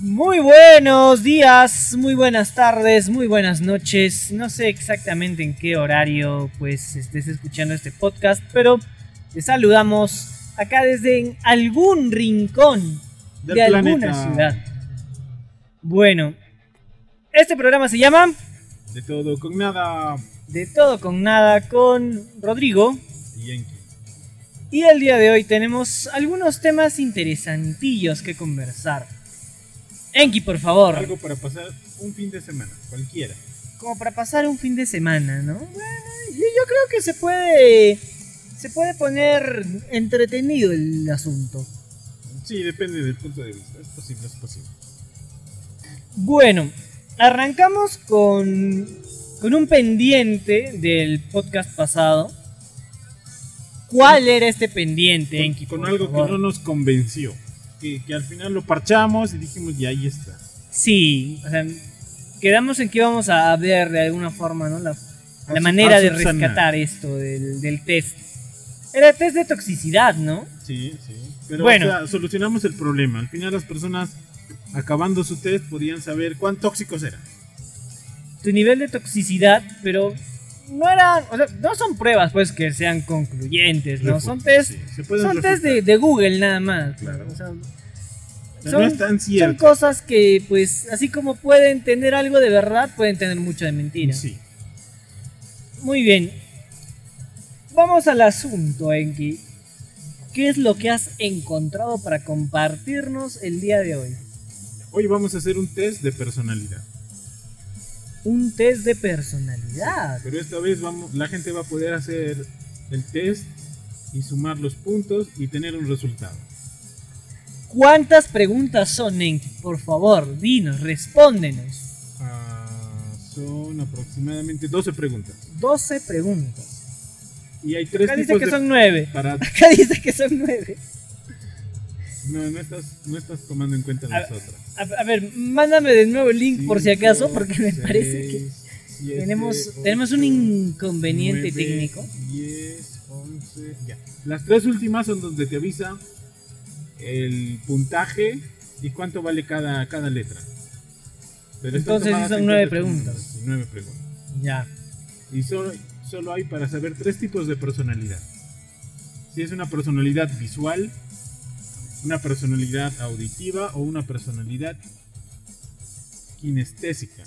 Muy buenos días, muy buenas tardes, muy buenas noches. No sé exactamente en qué horario pues estés escuchando este podcast, pero te saludamos acá desde en algún rincón Del de alguna planeta. ciudad. Bueno, este programa se llama De todo con nada. De todo con nada con Rodrigo Yankee. y el día de hoy tenemos algunos temas interesantillos que conversar. Enki, por favor. Algo para pasar un fin de semana, cualquiera. como para pasar un fin de semana, ¿no? Bueno, yo, yo creo que se puede se puede poner entretenido el asunto. Sí, depende del punto de vista. Es posible, es posible. Bueno, arrancamos con con un pendiente del podcast pasado. ¿Cuál era este pendiente, Enki? Con, con por algo favor? que no nos convenció. Que, que al final lo parchamos y dijimos, ya ahí está. Sí, o sea, quedamos en que íbamos a ver de alguna forma, ¿no? La, la A- manera a de subsanar. rescatar esto del, del test. Era test de toxicidad, ¿no? Sí, sí. Pero Bueno. o sea, solucionamos el problema. Al final las personas acabando su test podían saber cuán tóxicos eran. tu nivel de toxicidad, pero no eran, o sea, no son pruebas pues que sean concluyentes, ¿no? Son test, pues, Sí, se pueden son test de, refutar. de Google nada más. Claro. O sea, No son- es tan son cierto. cosas que pues así como pueden tener algo de verdad, pueden tener mucho de mentira. Sí. Muy bien. Vamos al asunto, Enki. ¿Qué es lo que has encontrado para compartirnos el día de hoy? Hoy vamos a hacer un test de personalidad. Un test de personalidad. Pero esta vez vamos, la gente va a poder hacer el test y sumar los puntos y tener un resultado. ¿Cuántas preguntas son, Enki? Por favor, dinos, respóndenos. Ah, son aproximadamente 12 preguntas. 12 preguntas. Y hay tres Acá dice tipos que de... son 9. Para... Acá dice que son 9. No, no estás, no estás tomando en cuenta A- las otras. A, a ver, mándame de nuevo el link Ah, por si acaso, porque me parece que tenemos, tenemos un inconveniente técnico. 10, 11, ya. Las tres últimas son donde te avisa el puntaje y cuánto vale cada, cada letra. Pero están Entonces, sí tomadas son en nueve cuenta preguntas. tus números, sí, nueve preguntas. Ya. Y solo, solo hay para saber tres tipos de personalidad. Si es una personalidad visual, una personalidad auditiva o una personalidad kinestésica.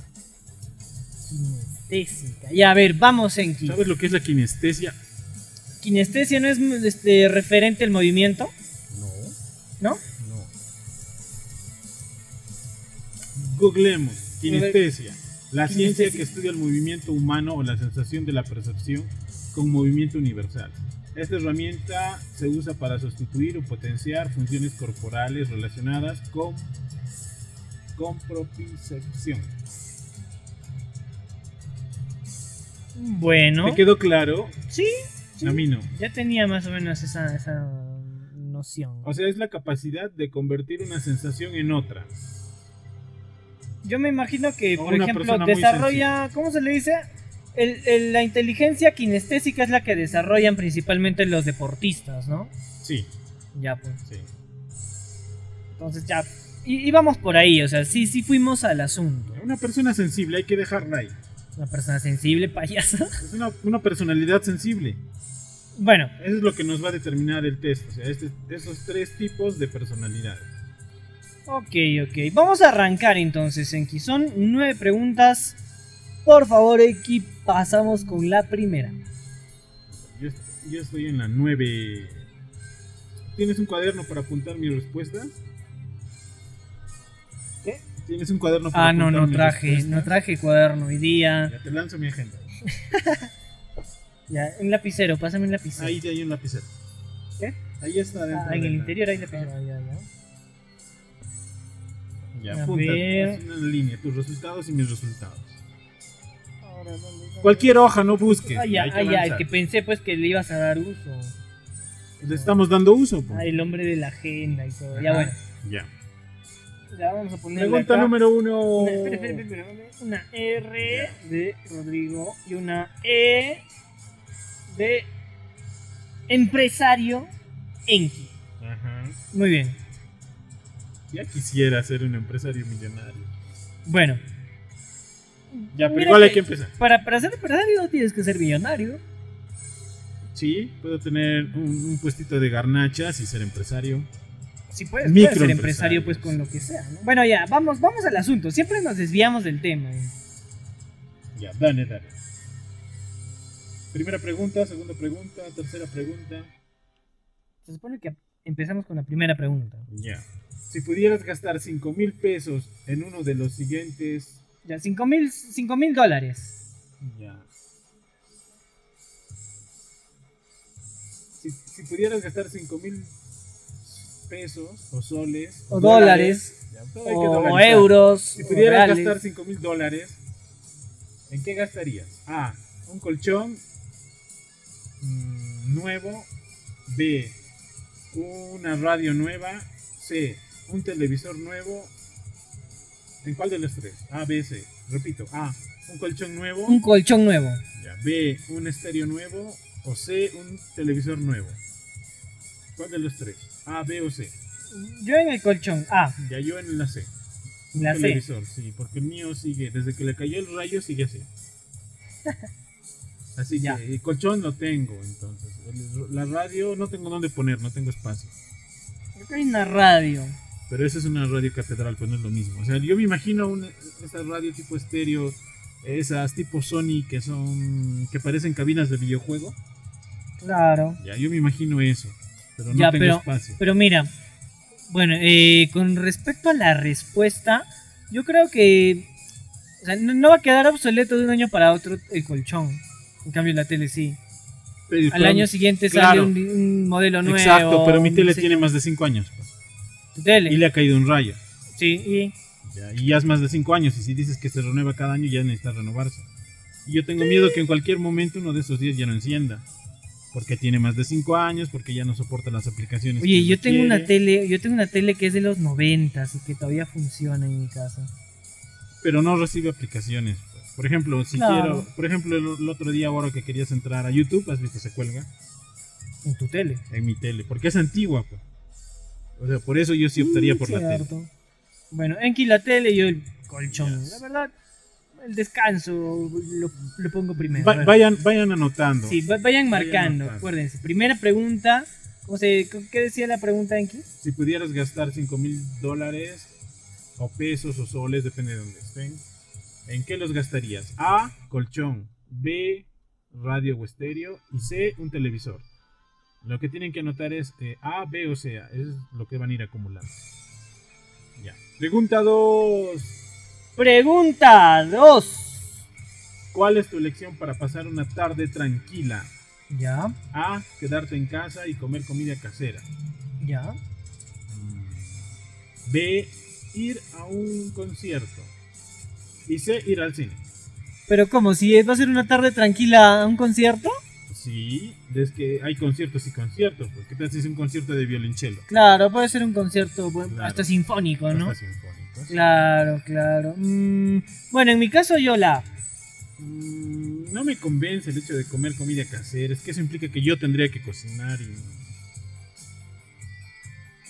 Kinestésica. Ya, a ver, vamos, Enki. ¿Sabes lo que es la kinestesia? Kinestesia no es este, referente al movimiento, No, ¿no? no. Googlemos kinestesia. La ciencia Kinestesia. que estudia el movimiento humano o la sensación de la percepción con movimiento universal. Esta herramienta se usa para sustituir o potenciar funciones corporales relacionadas con, con propincepción. Bueno. ¿Te quedó claro? Sí, sí. A mí no. Ya tenía más o menos esa, esa noción. O sea, es la capacidad de convertir una sensación en otra. Yo me imagino que, O por una ejemplo, persona muy desarrolla, ¿cómo se le dice? El- el- la inteligencia kinestésica es la que desarrollan principalmente los deportistas, ¿no? Sí, Ya, pues. sí. Entonces, ya. Y, y vamos por ahí, o sea, sí, sí fuimos al asunto. Una persona sensible, hay que dejarla ahí. Una persona sensible, payasa. Es una, una personalidad sensible. Bueno, Eso es lo que nos va a determinar el test. O sea, este- esos tres tipos de personalidades. ok, ok. Vamos a arrancar entonces, Enki. Son nueve preguntas. Por favor, Enki, pasamos con la primera. Yo, est- yo estoy en la 9. ¿Tienes un cuaderno para apuntar mis respuestas? ¿Qué? ¿Tienes un cuaderno para Ah, no, apuntar no mis traje, respuestas? no traje cuaderno hoy día. Ya te lanzo mi agenda. Ya, un lapicero, pásame un lapicero. Ahí ya hay un lapicero. ¿Qué? Ahí está dentro. Ah, en de el la- interior hay lapicero. Ya, ya. Ya, A apunta. ver. Es una línea, tus resultados y mis resultados. Ahora, ¿dónde está? Cualquier hoja, no busques. Ah, ya, hay que ah, ya, el avanzar. Pues que pensé pues que le ibas a dar uso. Le estamos dando uso. pues. Ah, el hombre de la agenda y todo. Ya Ajá. bueno, Ya. ya vamos a poner. Pregunta número uno. Una, espera, espera, espera, espera. Una R de Rodrigo y una E de empresario Enki. Ajá. Muy bien. Ya quisiera ser un empresario millonario. Bueno. Ya, pero mira igual hay que empezar. Para, para ser empresario no tienes que ser millonario. Sí, puedo tener un, un puestito de garnachas y ser empresario. Si puedes, puedes ser empresario Microempresario. pues con lo que sea. ¿no? Bueno, ya, vamos, vamos al asunto. Siempre nos desviamos del tema. ¿eh? Ya, dale, dale. Primera pregunta, segunda pregunta, tercera pregunta. Se supone que empezamos con la primera pregunta. Ya. Si pudieras gastar 5 mil pesos en uno de los siguientes. Ya, 5 mil cinco mil dólares. Ya. Si, si pudieras gastar 5 mil pesos o soles. O dólares. ya, todo hay que O organizar. euros. Si o pudieras reales. gastar 5 mil dólares, ¿en qué gastarías? A. Un colchón mm, nuevo. B. Una radio nueva. C. Un televisor nuevo. ¿En cuál de los tres? A, B, C. Repito. A. Un colchón nuevo. Un colchón nuevo. Ya, B. Un estéreo nuevo. O C. Un televisor nuevo. ¿Cuál de los tres? A, B o C. Yo en el colchón. Ah, Ya yo en la C. Un la C. televisor, sí, porque el mío sigue, desde que le cayó el rayo sigue así. Así Ya. que el colchón no tengo, entonces. El- La radio no tengo dónde poner, no tengo espacio. Yo tengo una radio. Pero esa es una radio catedral, pues no es lo mismo. O sea, yo me imagino una, esa radio tipo estéreo, esas tipo Sony que son. que parecen cabinas de videojuego. Claro. Ya, yo me imagino eso. Pero no Ya, tengo pero- espacio. Pero mira, bueno, eh, con respecto a la respuesta, yo creo que o sea, no, no va a quedar obsoleto de un año para otro el colchón. En cambio, la tele sí. Pero- Al año siguiente sale claro. un, un modelo nuevo. Exacto, pero mi un tele diseño- tiene más de 5 años. pues, Tu tele. y le ha caído un rayo. Sí, y Ya, y ya es más de 5 años, y si dices que se renueva cada año, ya necesita renovarse. Y yo tengo miedo que en cualquier momento uno de esos días ya no encienda. Porque tiene más de 5 años, porque ya no soporta las aplicaciones. Oye, que yo uno tengo una quiere. tele, yo tengo una tele que es de los 90 y que todavía funciona en mi casa. Pero no recibe aplicaciones. pues. Por ejemplo, si Claro. quiero. Por ejemplo, el, el otro día, ahora que querías entrar a YouTube, has visto, se cuelga En tu tele. en mi tele. Porque es antigua, pues. O sea, por eso yo sí optaría Mm, por la tele. cierto. Bueno, Enki la tele y yo el colchón. Yes. La verdad, el descanso lo, lo pongo primero. Va- A ver. vayan, vayan anotando. Sí, va- vayan marcando, anotando. acuérdense. Primera pregunta. ¿cómo se- c- ¿Qué decía la pregunta, Enki? Si pudieras gastar 5 mil dólares o pesos o soles, depende de dónde estén, ¿en qué los gastarías? A, colchón, B, radio o estéreo y C, un televisor. Lo que tienen que anotar es eh, A, B o C, es lo que van a ir acumulando. Ya. Pregunta 2. Pregunta 2. ¿Cuál es tu elección para pasar una tarde tranquila? Ya, A, quedarte en casa y comer comida casera. ya. B, ir a un concierto. Y C, ir al cine. Pero como si va a ser una tarde tranquila a un concierto. Sí, es que hay conciertos y conciertos. Pues, ¿Qué tal si es un concierto de violonchelo? Claro, puede ser un concierto bueno, Claro. hasta sinfónico, ¿no? Hasta sinfónicos. Claro, claro. Mm, bueno, en mi caso yo la. Mm, no me convence el hecho de comer comida casera. Es que eso implica que yo tendría que cocinar y...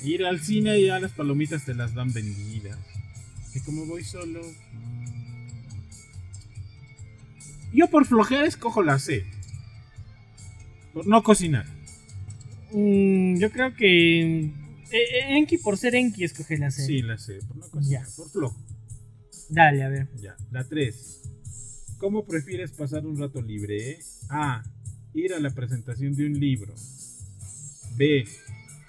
Ir al cine y ya las palomitas te las dan vendidas. Y como voy solo... mm, Yo por flojera escojo la C. Por no cocinar. Mm, yo creo que. eh, eh, Enki por ser Enki escoge la C. Sí, la C. Por no cocinar. Por flojo. Dale, a ver. Ya, la 3. ¿Cómo prefieres pasar un rato libre? eh? A. Ir a la presentación de un libro. B.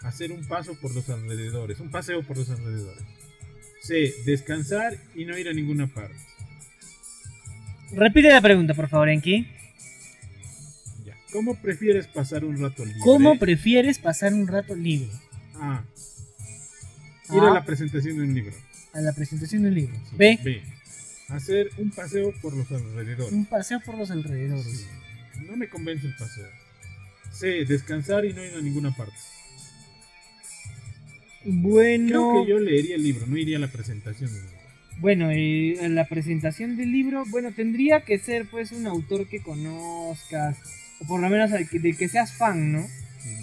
Hacer un paso por los alrededores, un paseo por los alrededores. C. Descansar y no ir a ninguna parte. Repite la pregunta, por favor, Enki. Ya. ¿Cómo prefieres pasar un rato libre? ¿Cómo prefieres pasar un rato libre? A. Ir Ah. a la presentación de un libro. A la presentación de un libro. Sí. B. Hacer un paseo por los alrededores. Un paseo por los alrededores. Sí. No me convence el paseo. C. Descansar y no ir a ninguna parte. Creo Bueno, que yo leería el libro, no iría a la presentación del libro. bueno, eh, a la presentación del libro, bueno, tendría que ser pues un autor que conozcas, o por lo menos al que- del que seas fan, ¿no?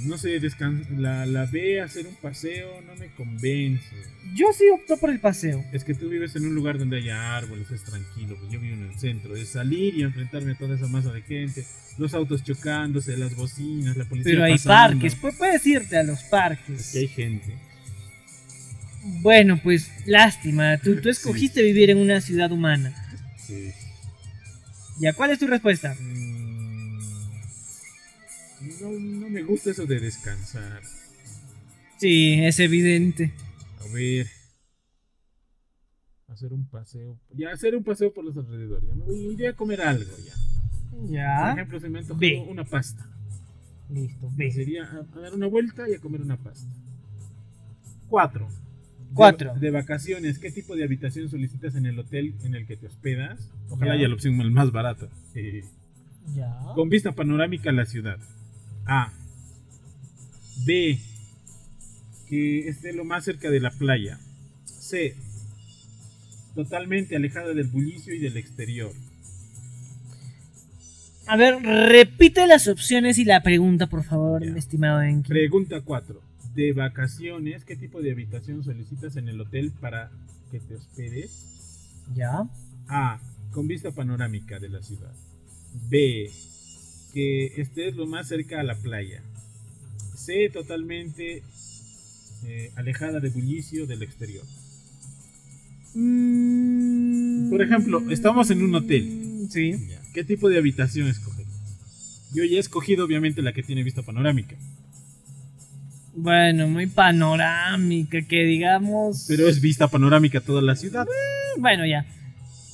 no sé, descan- la, la ve a hacer un paseo, no me convence. Yo sí opto por el paseo. Es que tú vives en un lugar donde haya árboles, es tranquilo, pues yo vivo en el centro. Es salir y enfrentarme a toda esa masa de gente, los autos chocándose, las bocinas, la policía. Pero hay pasando. parques, pues puedes irte a los Es parques. que hay gente. Bueno, pues lástima, tú, tú escogiste vivir en una ciudad humana. Sí. ¿Ya cuál es tu respuesta? Mm, No, no me gusta eso de descansar. Sí, es evidente. A ver. Hacer un paseo. Ya, hacer un paseo por los alrededores. Ya me voy, iré a comer algo ya. Por Ya. ejemplo, se me antojó Ve. una pasta. Listo, ve. Sería a, a dar una vuelta y a comer una pasta. Cuatro. De- Cuatro. De, vacaciones, ¿qué tipo de habitación solicitas en el hotel en el que te hospedas? Ojalá Ya. haya la opción más- más barata. Eh, Ya. con vista panorámica a la ciudad. A. B. Que esté lo más cerca de la playa. C. Totalmente alejada del bullicio y del exterior. A ver, repite las opciones y la pregunta, por favor, Ya. estimado Enki. Pregunta 4. De vacaciones, ¿qué tipo de habitación solicitas en el hotel para que te hospedes? ya. A. Con vista panorámica de la ciudad. B. Que estés lo más cerca a la playa. C. Totalmente eh, alejada de bullicio del exterior. Por ejemplo, estamos en un hotel. Sí. ¿Qué tipo de habitación escoger? Yo ya he escogido obviamente la que tiene vista panorámica, Bueno, muy panorámica, que digamos. pero es vista panorámica toda la ciudad. Bueno, ya.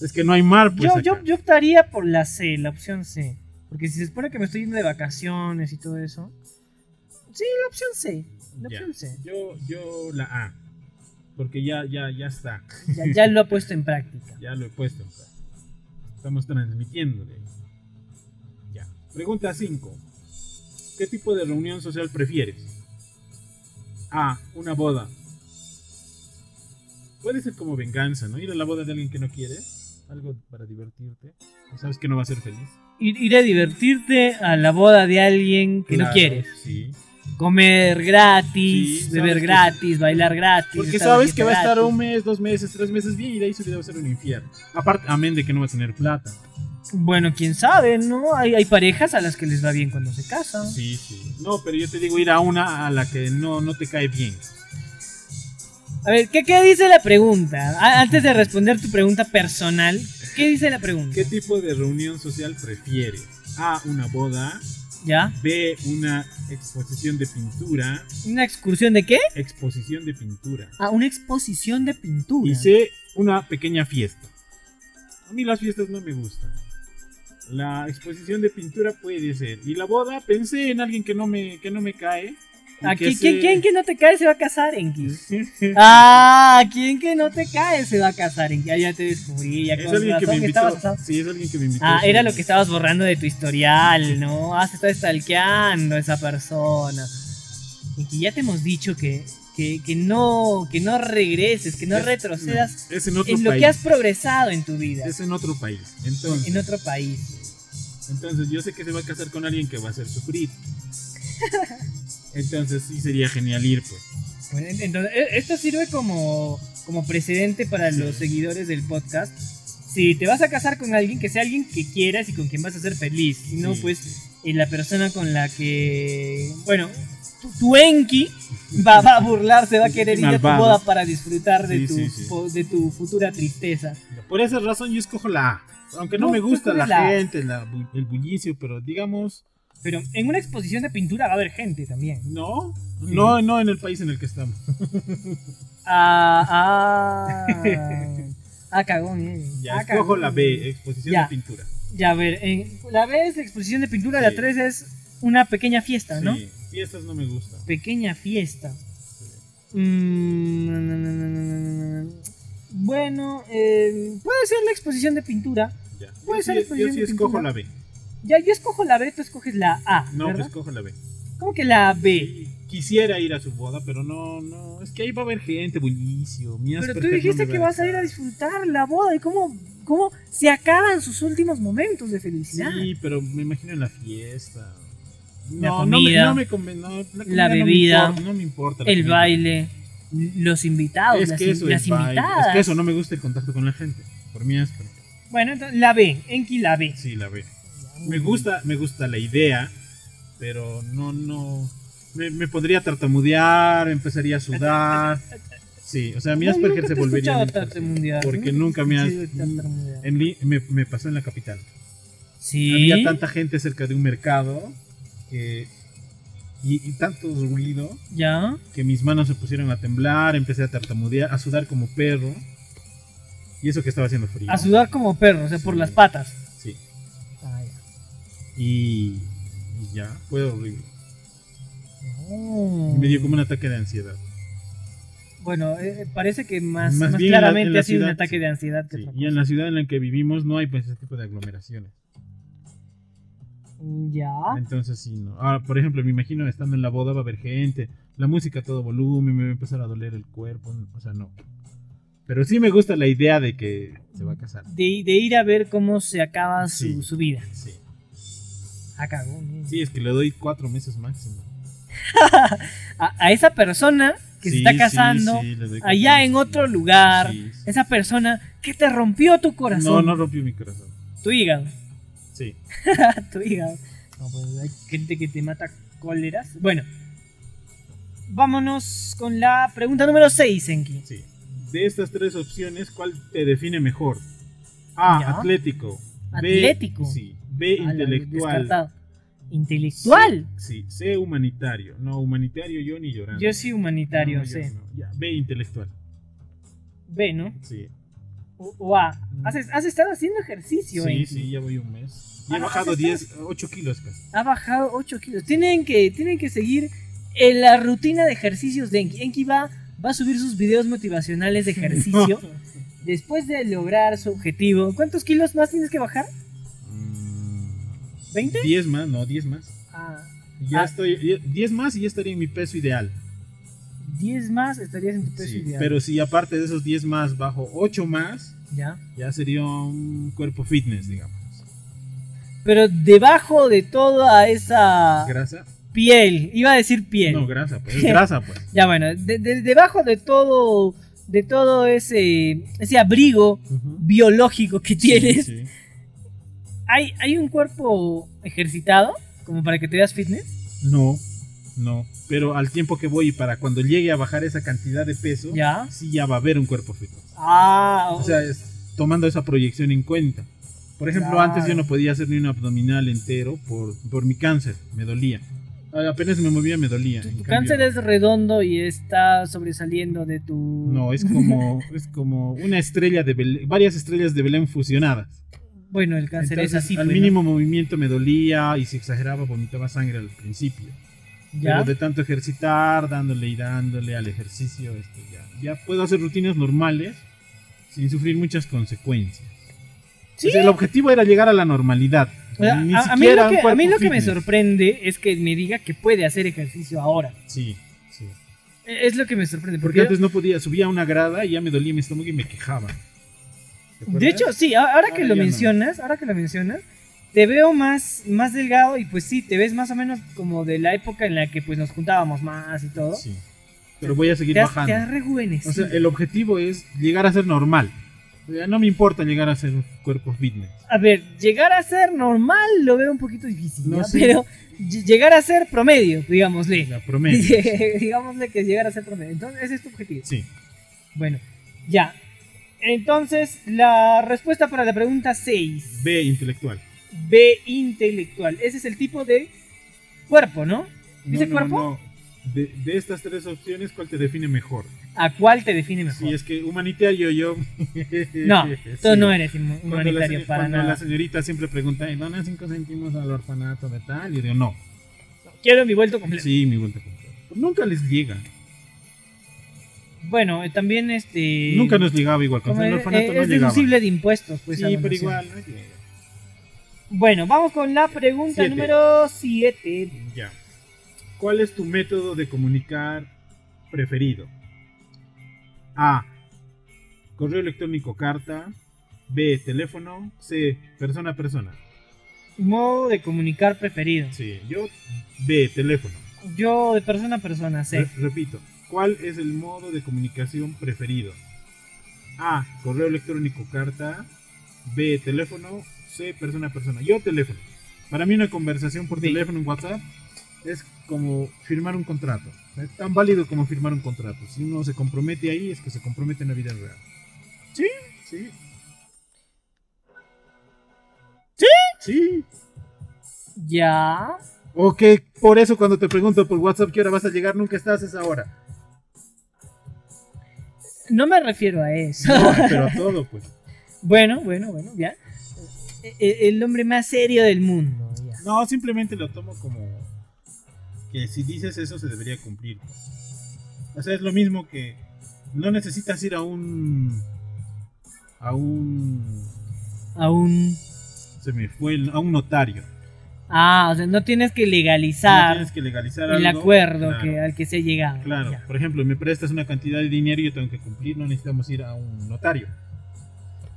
Es que no hay mar, pues. Yo, yo, acá. yo optaría por la C, la opción C. Porque si se supone que me estoy yendo de vacaciones y todo eso. Sí, la opción C. La Ya. opción C. Yo, yo la A. Porque ya, ya, ya está. Ya, ya lo ha puesto en práctica. Ya lo he puesto. o sea, Estamos transmitiendo de ahí. Ya. Pregunta 5. ¿Qué tipo de reunión social prefieres? A. Una boda. Puede ser como venganza, ¿no? Ir a la boda de alguien que no quieres. Algo para divertirte. O sabes que no va a ser feliz. Ir, ir a divertirte a la boda de alguien que no Claro, quieres. Sí. Comer gratis, Sí, beber sabes que- gratis, bailar gratis. Porque estar de sabes fiesta que va a estar gratis. un mes, dos meses, tres meses bien y de ahí su vida va a ser un infierno. Aparte, amén de que no va a tener plata. Bueno, quién sabe, ¿no? Hay, hay parejas a las que les va bien cuando se casan. Sí, sí. No, pero yo te digo ir a una a la que no, no te cae bien. A ver, ¿qué, qué dice la pregunta? A- antes de responder tu pregunta personal, ¿qué dice la pregunta? ¿Qué tipo de reunión social prefieres? A. Una boda. ¿Ya? B. Una exposición de pintura. ¿Una excursión de qué? Exposición de pintura. Ah, una exposición de pintura. Y C. Una pequeña fiesta. A mí las fiestas no me gustan. La exposición de pintura puede ser. Y la boda pensé en alguien que no me, que no me cae. y ¿A que quién, se- quién- quién que no te cae se va a casar, Enki? Ah, ¿quién que no te cae se va a casar, Enki? Ah, ya te descubrí, ya es con alguien que me razón que estabas... invitó. Sí, es alguien que me invitó. Ah, sí. era lo que estabas borrando de tu historial, ¿no? Ah, se está stalkeando esa persona. Y que ya te hemos dicho que, que, que no, que no regreses, que no Es- retrocedas no, es en otro en lo país. que has progresado en tu vida, Es en otro país. Entonces, en otro país. entonces yo sé que se va a casar con alguien que va a hacer sufrir. Entonces sí sería genial ir, pues. Bueno, en- entonces, e- esto sirve como, como precedente para Sí. los seguidores del podcast. Si te vas a casar con alguien, que sea alguien que quieras y con quien vas a ser feliz. Si no, Sí, pues sí. eh, la persona con la que. Bueno, tu, tu Enki va, va a burlarse, va a querer ir a tu Malvado. boda para disfrutar de, Sí, tu, sí, sí. po- de tu futura tristeza. Por esa razón yo escojo la A. Aunque no, No, me gusta escoge la, la A. gente, la bu- el bullicio, pero digamos, Pero en una exposición de pintura va a haber gente también. no, Sí. no, no en el país en el que estamos. Ah, ah. Ah, cagón, eh. Ya Ah, escojo cagón. la B, eh. exposición Ya. de pintura. Ya, a ver, en- la B es exposición de pintura, la Sí. 3 es una pequeña fiesta, ¿no? Sí, fiestas no me gustan. Pequeña fiesta. Sí. Mm, bueno, eh, puede ser la exposición de pintura. Ya. Puede Yo ser sí- exposición yo sí de escojo pintura. la B. Ya, yo escojo la B, tú escoges la A, No, pues, ¿verdad? escojo la B. ¿Cómo que la B? Quisiera ir a su boda, pero no, no. Es que ahí va a haber gente, bullicio. mi Pero Asperger tú no dijiste me que va vas a ir a dejar. disfrutar la boda y cómo, cómo se acaban sus últimos momentos de felicidad. Sí, pero me imagino en la fiesta. la No, no me, comida, no me conven- no, comida la no me bebida, importa, no me importa la el comida. baile, los invitados, Es las, que eso las es baile. invitadas. Es que eso no me gusta el contacto con la gente. Por mí es Bueno, entonces, la B, Enki la B. Sí, la ve. Me gusta, me gusta la idea, pero no, no. Me, me podría tartamudear, empezaría a sudar. Sí, o sea, mi No, yo Asperger nunca te se he volvería. escuchado tartamudear, Porque nunca nunca te me he has. escuchado tartamudear. en Li- me, me pasó en la capital. Sí. Había tanta gente cerca de un mercado que, y, y tanto ruido Ya. que mis manos se pusieron a temblar, empecé a tartamudear, a sudar como perro. Y eso que estaba haciendo frío. A sudar como perro, o sea, por Sí. Ah, las patas. Sí. Y, y ya, fue horrible. Oh. Y me dio como un ataque de ansiedad. Bueno, eh, parece que más, Más más bien en la- claramente en la ha sido un ciudad, ataque sí. de ansiedad que Sí, otra Y en la ciudad en la que vivimos no hay pues ese tipo de aglomeraciones. cosa. Mm, Ya. Entonces sí, no. Ahora, por ejemplo, me imagino estando en la boda va a haber gente, la música a todo volumen, me va a empezar a doler el cuerpo, o sea, no. Pero sí me gusta la idea de que se va a casar. De, de ir a ver cómo se acaba su, Sí. su vida. Sí. Ah, cagón. Sí, es que le doy cuatro meses máximo. A, a esa persona que Sí, se está sí, casando sí, le doy cuatro allá en meses. otro lugar. Sí, sí. Esa persona que te rompió tu No, corazón. no rompió mi corazón. Tu hígado. Sí. tu hígado. No, pues hay gente que te mata cóleras. Bueno. Vámonos con la pregunta número 6, Enki. Sí. De estas tres opciones, ¿cuál te define mejor? A. Ya. Atlético. Atlético. B, sí. B. Ah, la- intelectual. descartado. Intelectual. Sí. C. Humanitario. No, humanitario yo ni llorando. Yo soy humanitario, No, yo sé. no. Ya, B. Intelectual. B, ¿no? Sí. O, o A. Has, has estado haciendo ejercicio, Sí, Enki. sí, ya voy un mes. Ah, Y he no, bajado ¿has 10, 8 kilos casi. Ha bajado 8 kilos. Tienen que, tienen que seguir en la rutina de ejercicios de Enki. Enki va, va a subir sus videos motivacionales de ejercicio. Después de lograr su objetivo, ¿cuántos kilos más tienes que bajar? Mm, ¿20? 10 más, no, 10 más. Ah, Ya Ah. estoy, ya- 10 más y ya estaría en mi peso ideal. 10 más estarías en tu peso Sí, ideal. Pero si aparte de esos 10 más bajo 8 más, Ya. ya sería un cuerpo fitness, digamos. Pero debajo de toda esa ¿Grasa? piel, iba a decir piel. No, grasa, pues. Es grasa, pues. Ya bueno, de- de- debajo de todo, de todo ese, ese abrigo Ujú. biológico que tienes, Sí, sí. ¿hay, ¿hay un cuerpo ejercitado como para que te veas fitness? No, no. Pero al tiempo que voy y para cuando llegue a bajar esa cantidad de peso, Ya. sí ya va a haber un cuerpo fitness. Ah, O sea, es tomando esa proyección en cuenta. Por ejemplo, Claro. antes yo no podía hacer ni un abdominal entero por, por mi cáncer, me dolía. A- Apenas me movía, me dolía. tu, En tu cambio- cáncer es redondo y está sobresaliendo de tu... No, es como, es como una estrella de Belén, varias estrellas de Belén fusionadas. Bueno, el cáncer Entonces, es así. al pues, ¿no? mínimo movimiento me dolía y si exageraba vomitaba sangre al principio. Ya. Pero de tanto ejercitar, dándole y dándole al ejercicio, este, ya, ya puedo hacer rutinas normales sin sufrir muchas consecuencias. Sí. O sea, el objetivo era llegar a la normalidad. O sea, Ni a- a, mí lo siquiera un que, a cuerpo mí lo que me fitness. sorprende es que me diga que puede hacer ejercicio ahora. Sí, sí. E- Es lo que me sorprende. Porque Porque, antes no podía, subía una grada y ya me dolía mi estómago y me quejaba. ¿Te acuerdas? De hecho, sí, a- ahora que Ahora lo Ah, ya no. mencionas, ahora que lo mencionas, te veo más, más delgado y pues sí, te ves más o menos como de la época en la que pues nos juntábamos más y todo. Sí. Pero voy a seguir Te has, te has bajando. rejuvenecido. O sea, el objetivo es llegar a ser normal. O sea, no me importa llegar a ser un cuerpo fitness. A ver, llegar a ser normal lo veo un poquito difícil, No ¿ya? sé. pero ll- llegar a ser promedio, digámosle. La promedio. digámosle que llegar a ser promedio. Entonces, ese es tu objetivo. Sí. Bueno, ya. Entonces, la respuesta para la pregunta 6, B, intelectual. B intelectual. Ese es el tipo de cuerpo, ¿no? ¿Dice cuerpo? no. De, de estas tres opciones, ¿cuál te define mejor? ¿A cuál te define mejor? Si es que humanitario yo... No, tú Sí. no eres hum- Cuando la humanitario señor- para cuando nada. la señorita siempre pregunta, ¿y dona 5 céntimos al orfanato de tal? Y yo digo, no. Quiero mi vuelto completo. Sí, mi vuelta completa. Nunca les llega. Bueno, eh, también este... Nunca nos llegaba igual. como Cuando el es, orfanato eh, no es llegaba. deducible de impuestos, pues. la sí, pero donación. igual no llega. Bueno, vamos con la pregunta Siete. número 7. Ya. ¿Cuál es tu método de comunicar preferido? A. Correo electrónico, carta. B. Teléfono. C. Persona a persona. Modo de comunicar preferido. Sí, yo de teléfono. Yo de persona a persona, sé. Re- repito, ¿cuál es el modo de comunicación preferido? A, correo electrónico, carta. B, teléfono. C, persona a persona. Yo teléfono. Para mí una conversación por Sí. teléfono en WhatsApp es como firmar un contrato. Es tan válido como firmar un contrato. Si uno se compromete ahí es que se compromete en la vida real. Sí, sí. ¿Sí? Sí. Ya. O que por eso cuando te pregunto por WhatsApp qué hora vas a llegar, nunca estás a esa hora. No me refiero a eso. No, pero a todo, pues. bueno, bueno, bueno, ya. E- e- El hombre más serio del mundo. ya. No, simplemente lo tomo como que si dices eso se debería cumplir. O sea, es lo mismo que no necesitas ir a un a un Aún. se me fue el- a un notario. Ah, o sea, no tienes que No legalizar tienes que legalizar el algo. acuerdo Claro, que, al que se llegaba. claro. ya. Por ejemplo, me prestas una cantidad de dinero y yo tengo que cumplir, no necesitamos ir a un notario.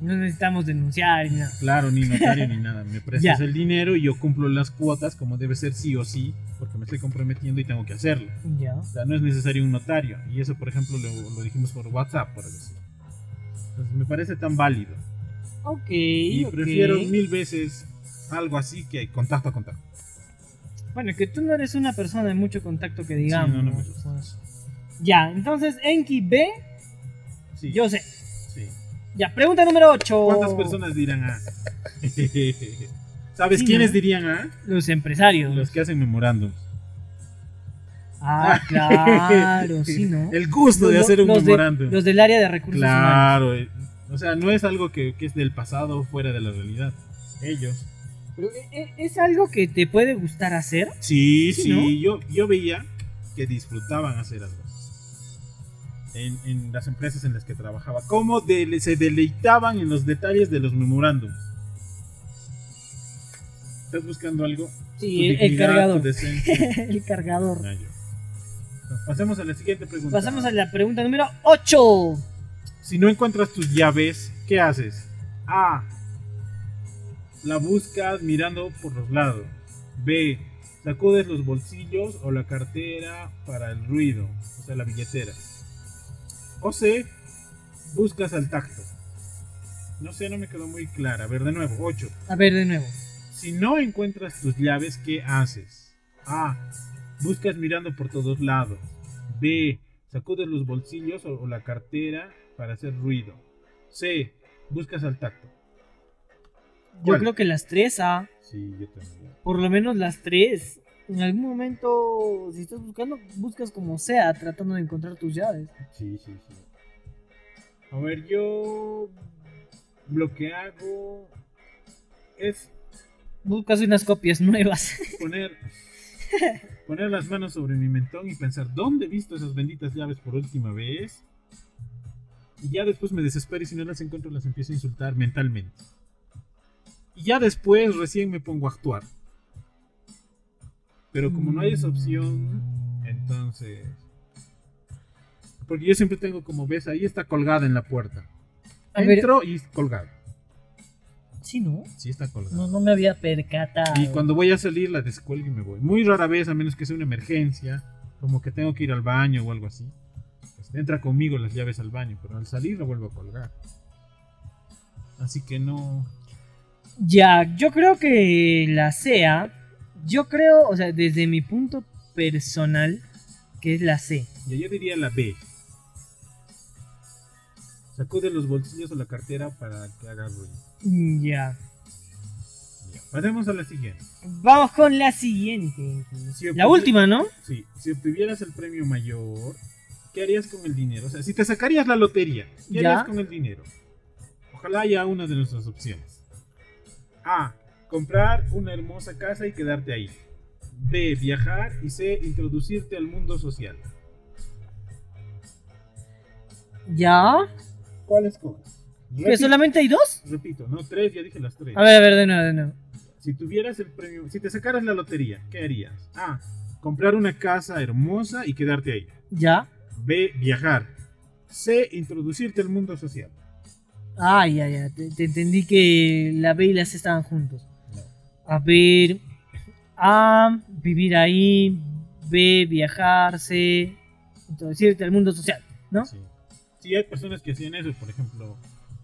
No necesitamos denunciar ni nada. Claro, ni notario ni nada. Me prestas Ya. el dinero y yo cumplo las cuotas como debe ser sí o sí, porque me estoy comprometiendo y tengo que hacerlo. Ya. O sea, no es necesario un notario. Y eso, por ejemplo, lo, lo dijimos por WhatsApp, por decir. Entonces, me parece tan válido. Ok. Y ok. prefiero mil veces algo así que contacto a contacto. Bueno, que tú no eres una persona de mucho contacto que digamos. no, no ¿no? me gusta. Pues, ya, entonces Enki B, Sí, yo sé. sí. Ya, pregunta número 8. ¿Cuántas personas dirán A? ¿Sabes Sí, quiénes ¿no? dirían A? Los empresarios. Los que hacen memorándums. Ah, claro, sí, ¿no? El gusto de Los- hacer un los de- memorándum. los del área de recursos humanos. claro. eh, O sea, no es algo que, que es del pasado fuera de la realidad. Ellos. Pero, ¿e- e- ¿Es algo que te puede gustar hacer? Sí, Sí, sí, yo, yo veía que disfrutaban hacer algo. En, en las empresas en las que trabajaba. Cómo dele- se deleitaban en los detalles de los memorándums. ¿Estás buscando algo? Tu Sí, el, el dignidad, tu cargador. decencia. el cargador. Ah, yo. Pasemos a la siguiente pregunta. Pasamos a la pregunta número 8. Si no encuentras tus llaves, ¿qué haces? A. La buscas mirando por los lados. B. Sacudes los bolsillos o la cartera para el ruido, o sea, la billetera. O C. Buscas al tacto. No sé, no me quedó muy clara. A ver, de nuevo, 8. A ver, de nuevo. Si no encuentras tus llaves, ¿qué haces? A. Buscas mirando por todos lados. B. Sacudes los bolsillos o, o la cartera para hacer ruido. C. Buscas al tacto. Yo ¿Cuál? creo que las tres, ah. Sí, yo también. Por lo menos las tres. En algún momento, si estás buscando, buscas como sea, tratando de encontrar tus llaves. Sí, sí, sí. A ver, yo lo que hago es Buscas unas copias nuevas. poner poner las manos sobre mi mentón y pensar dónde he visto esas benditas llaves por última vez. Y ya después me desespero y si no las encuentro las empiezo a insultar mentalmente. Y ya después recién me pongo a actuar. Pero como no hay esa opción, entonces... Porque yo siempre tengo como ves, ahí está colgada en la puerta. A ver, Entro y colgada. sí, ¿no? Sí está colgada. No, no me había percatado. Y cuando voy a salir la descuelgo y me voy. Muy rara vez, a menos que sea una emergencia, como que tengo que ir al baño o algo así. Pues, entra conmigo las llaves al baño, pero al salir la vuelvo a colgar. Así que no. Ya, yo creo que la sea. Yo creo, o sea, desde mi punto personal, que es la C. Ya yo diría la B. Sacude los bolsillos o la cartera para que haga ruido. Ya. Ya. Pasemos a la siguiente. Vamos con la siguiente. Sí, La pues, última, ¿no? Sí, si obtuvieras el premio mayor, ¿qué harías con el dinero? O sea, si te sacarías la lotería, ¿qué Ya. harías con el dinero? Ojalá haya una de nuestras opciones. A. Comprar una hermosa casa y quedarte ahí. B. Viajar. Y C. Introducirte al mundo social. Ya. ¿Cuál escoges? ¿Que Repito, solamente hay dos? repito, no tres, ya dije las tres. A ver, a ver, de nuevo, de nuevo. Si tuvieras el premio, si te sacaras la lotería, ¿qué harías? A. Comprar una casa hermosa y quedarte ahí. Ya. B. Viajar. C. Introducirte al mundo social. Ah, ya, ya. Te, te entendí que la B y la C estaban juntos. No. A ver. A. Vivir ahí. B. Viajarse. Introducirte al mundo social, ¿no? Sí. Sí, hay personas que hacían eso, por ejemplo.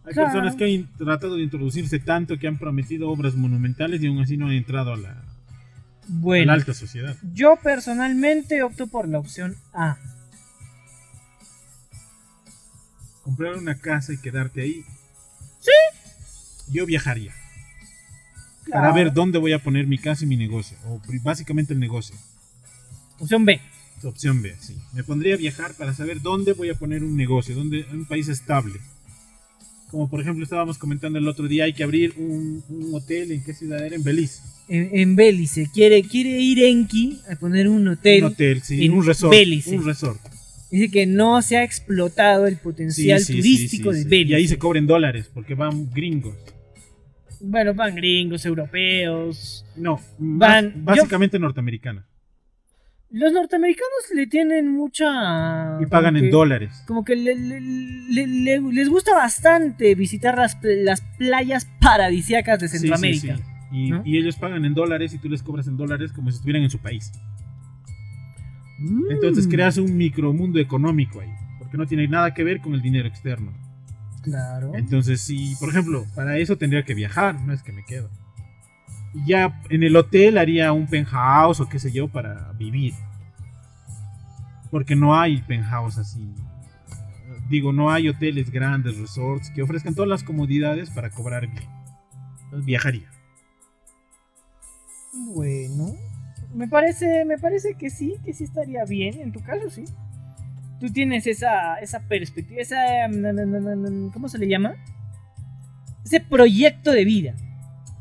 Hay Claro. personas que han in- tratado de introducirse tanto que han prometido obras monumentales y aún así no han entrado a la, a Bueno. la alta sociedad. Yo personalmente opto por la opción A. Comprar una casa y quedarte ahí. Sí. Yo viajaría para Claro. ver dónde voy a poner mi casa y mi negocio. O pri- básicamente el negocio. Opción B. Opción B, sí. Me pondría a viajar para saber dónde voy a poner un negocio, dónde un país estable. Como por ejemplo estábamos comentando el otro día, hay que abrir un, un hotel en qué ciudad era, en Belice. En, en Belice. Quiere, quiere ir Enki a poner un hotel. un hotel, sí, en un resort. Belice. Un resort. Dice que no se ha explotado el Sí, potencial sí, sí, turístico sí, de sí. Belice. Y ahí se cobren dólares porque van gringos. Bueno, van gringos, europeos. No, Van- bas- básicamente norteamericanos. Los norteamericanos le tienen mucha... Y pagan como en que- dólares. Como que le- le- le- le- les gusta bastante visitar las, pl- las playas paradisíacas de Sí, sí, Centroamérica. sí. Y, ¿no? y ellos pagan en dólares y tú les cobras en dólares como si estuvieran en su país. Mm. Entonces creas un micromundo económico ahí, porque no tiene nada que ver con el dinero externo. Claro. Entonces, si, por ejemplo, para eso tendría que viajar, no es que me quedo. Y Ya en el hotel haría un penthouse o qué sé yo para vivir. Porque no hay penthouse así. Digo, no hay hoteles grandes, resorts, que ofrezcan todas las comodidades para cobrar bien. Entonces viajaría. Bueno, me parece, me parece que sí, que sí estaría bien, en tu caso sí. Tú tienes esa, esa perspectiva, esa... mm, mm, mm, ¿Cómo se le llama? Ese proyecto de vida,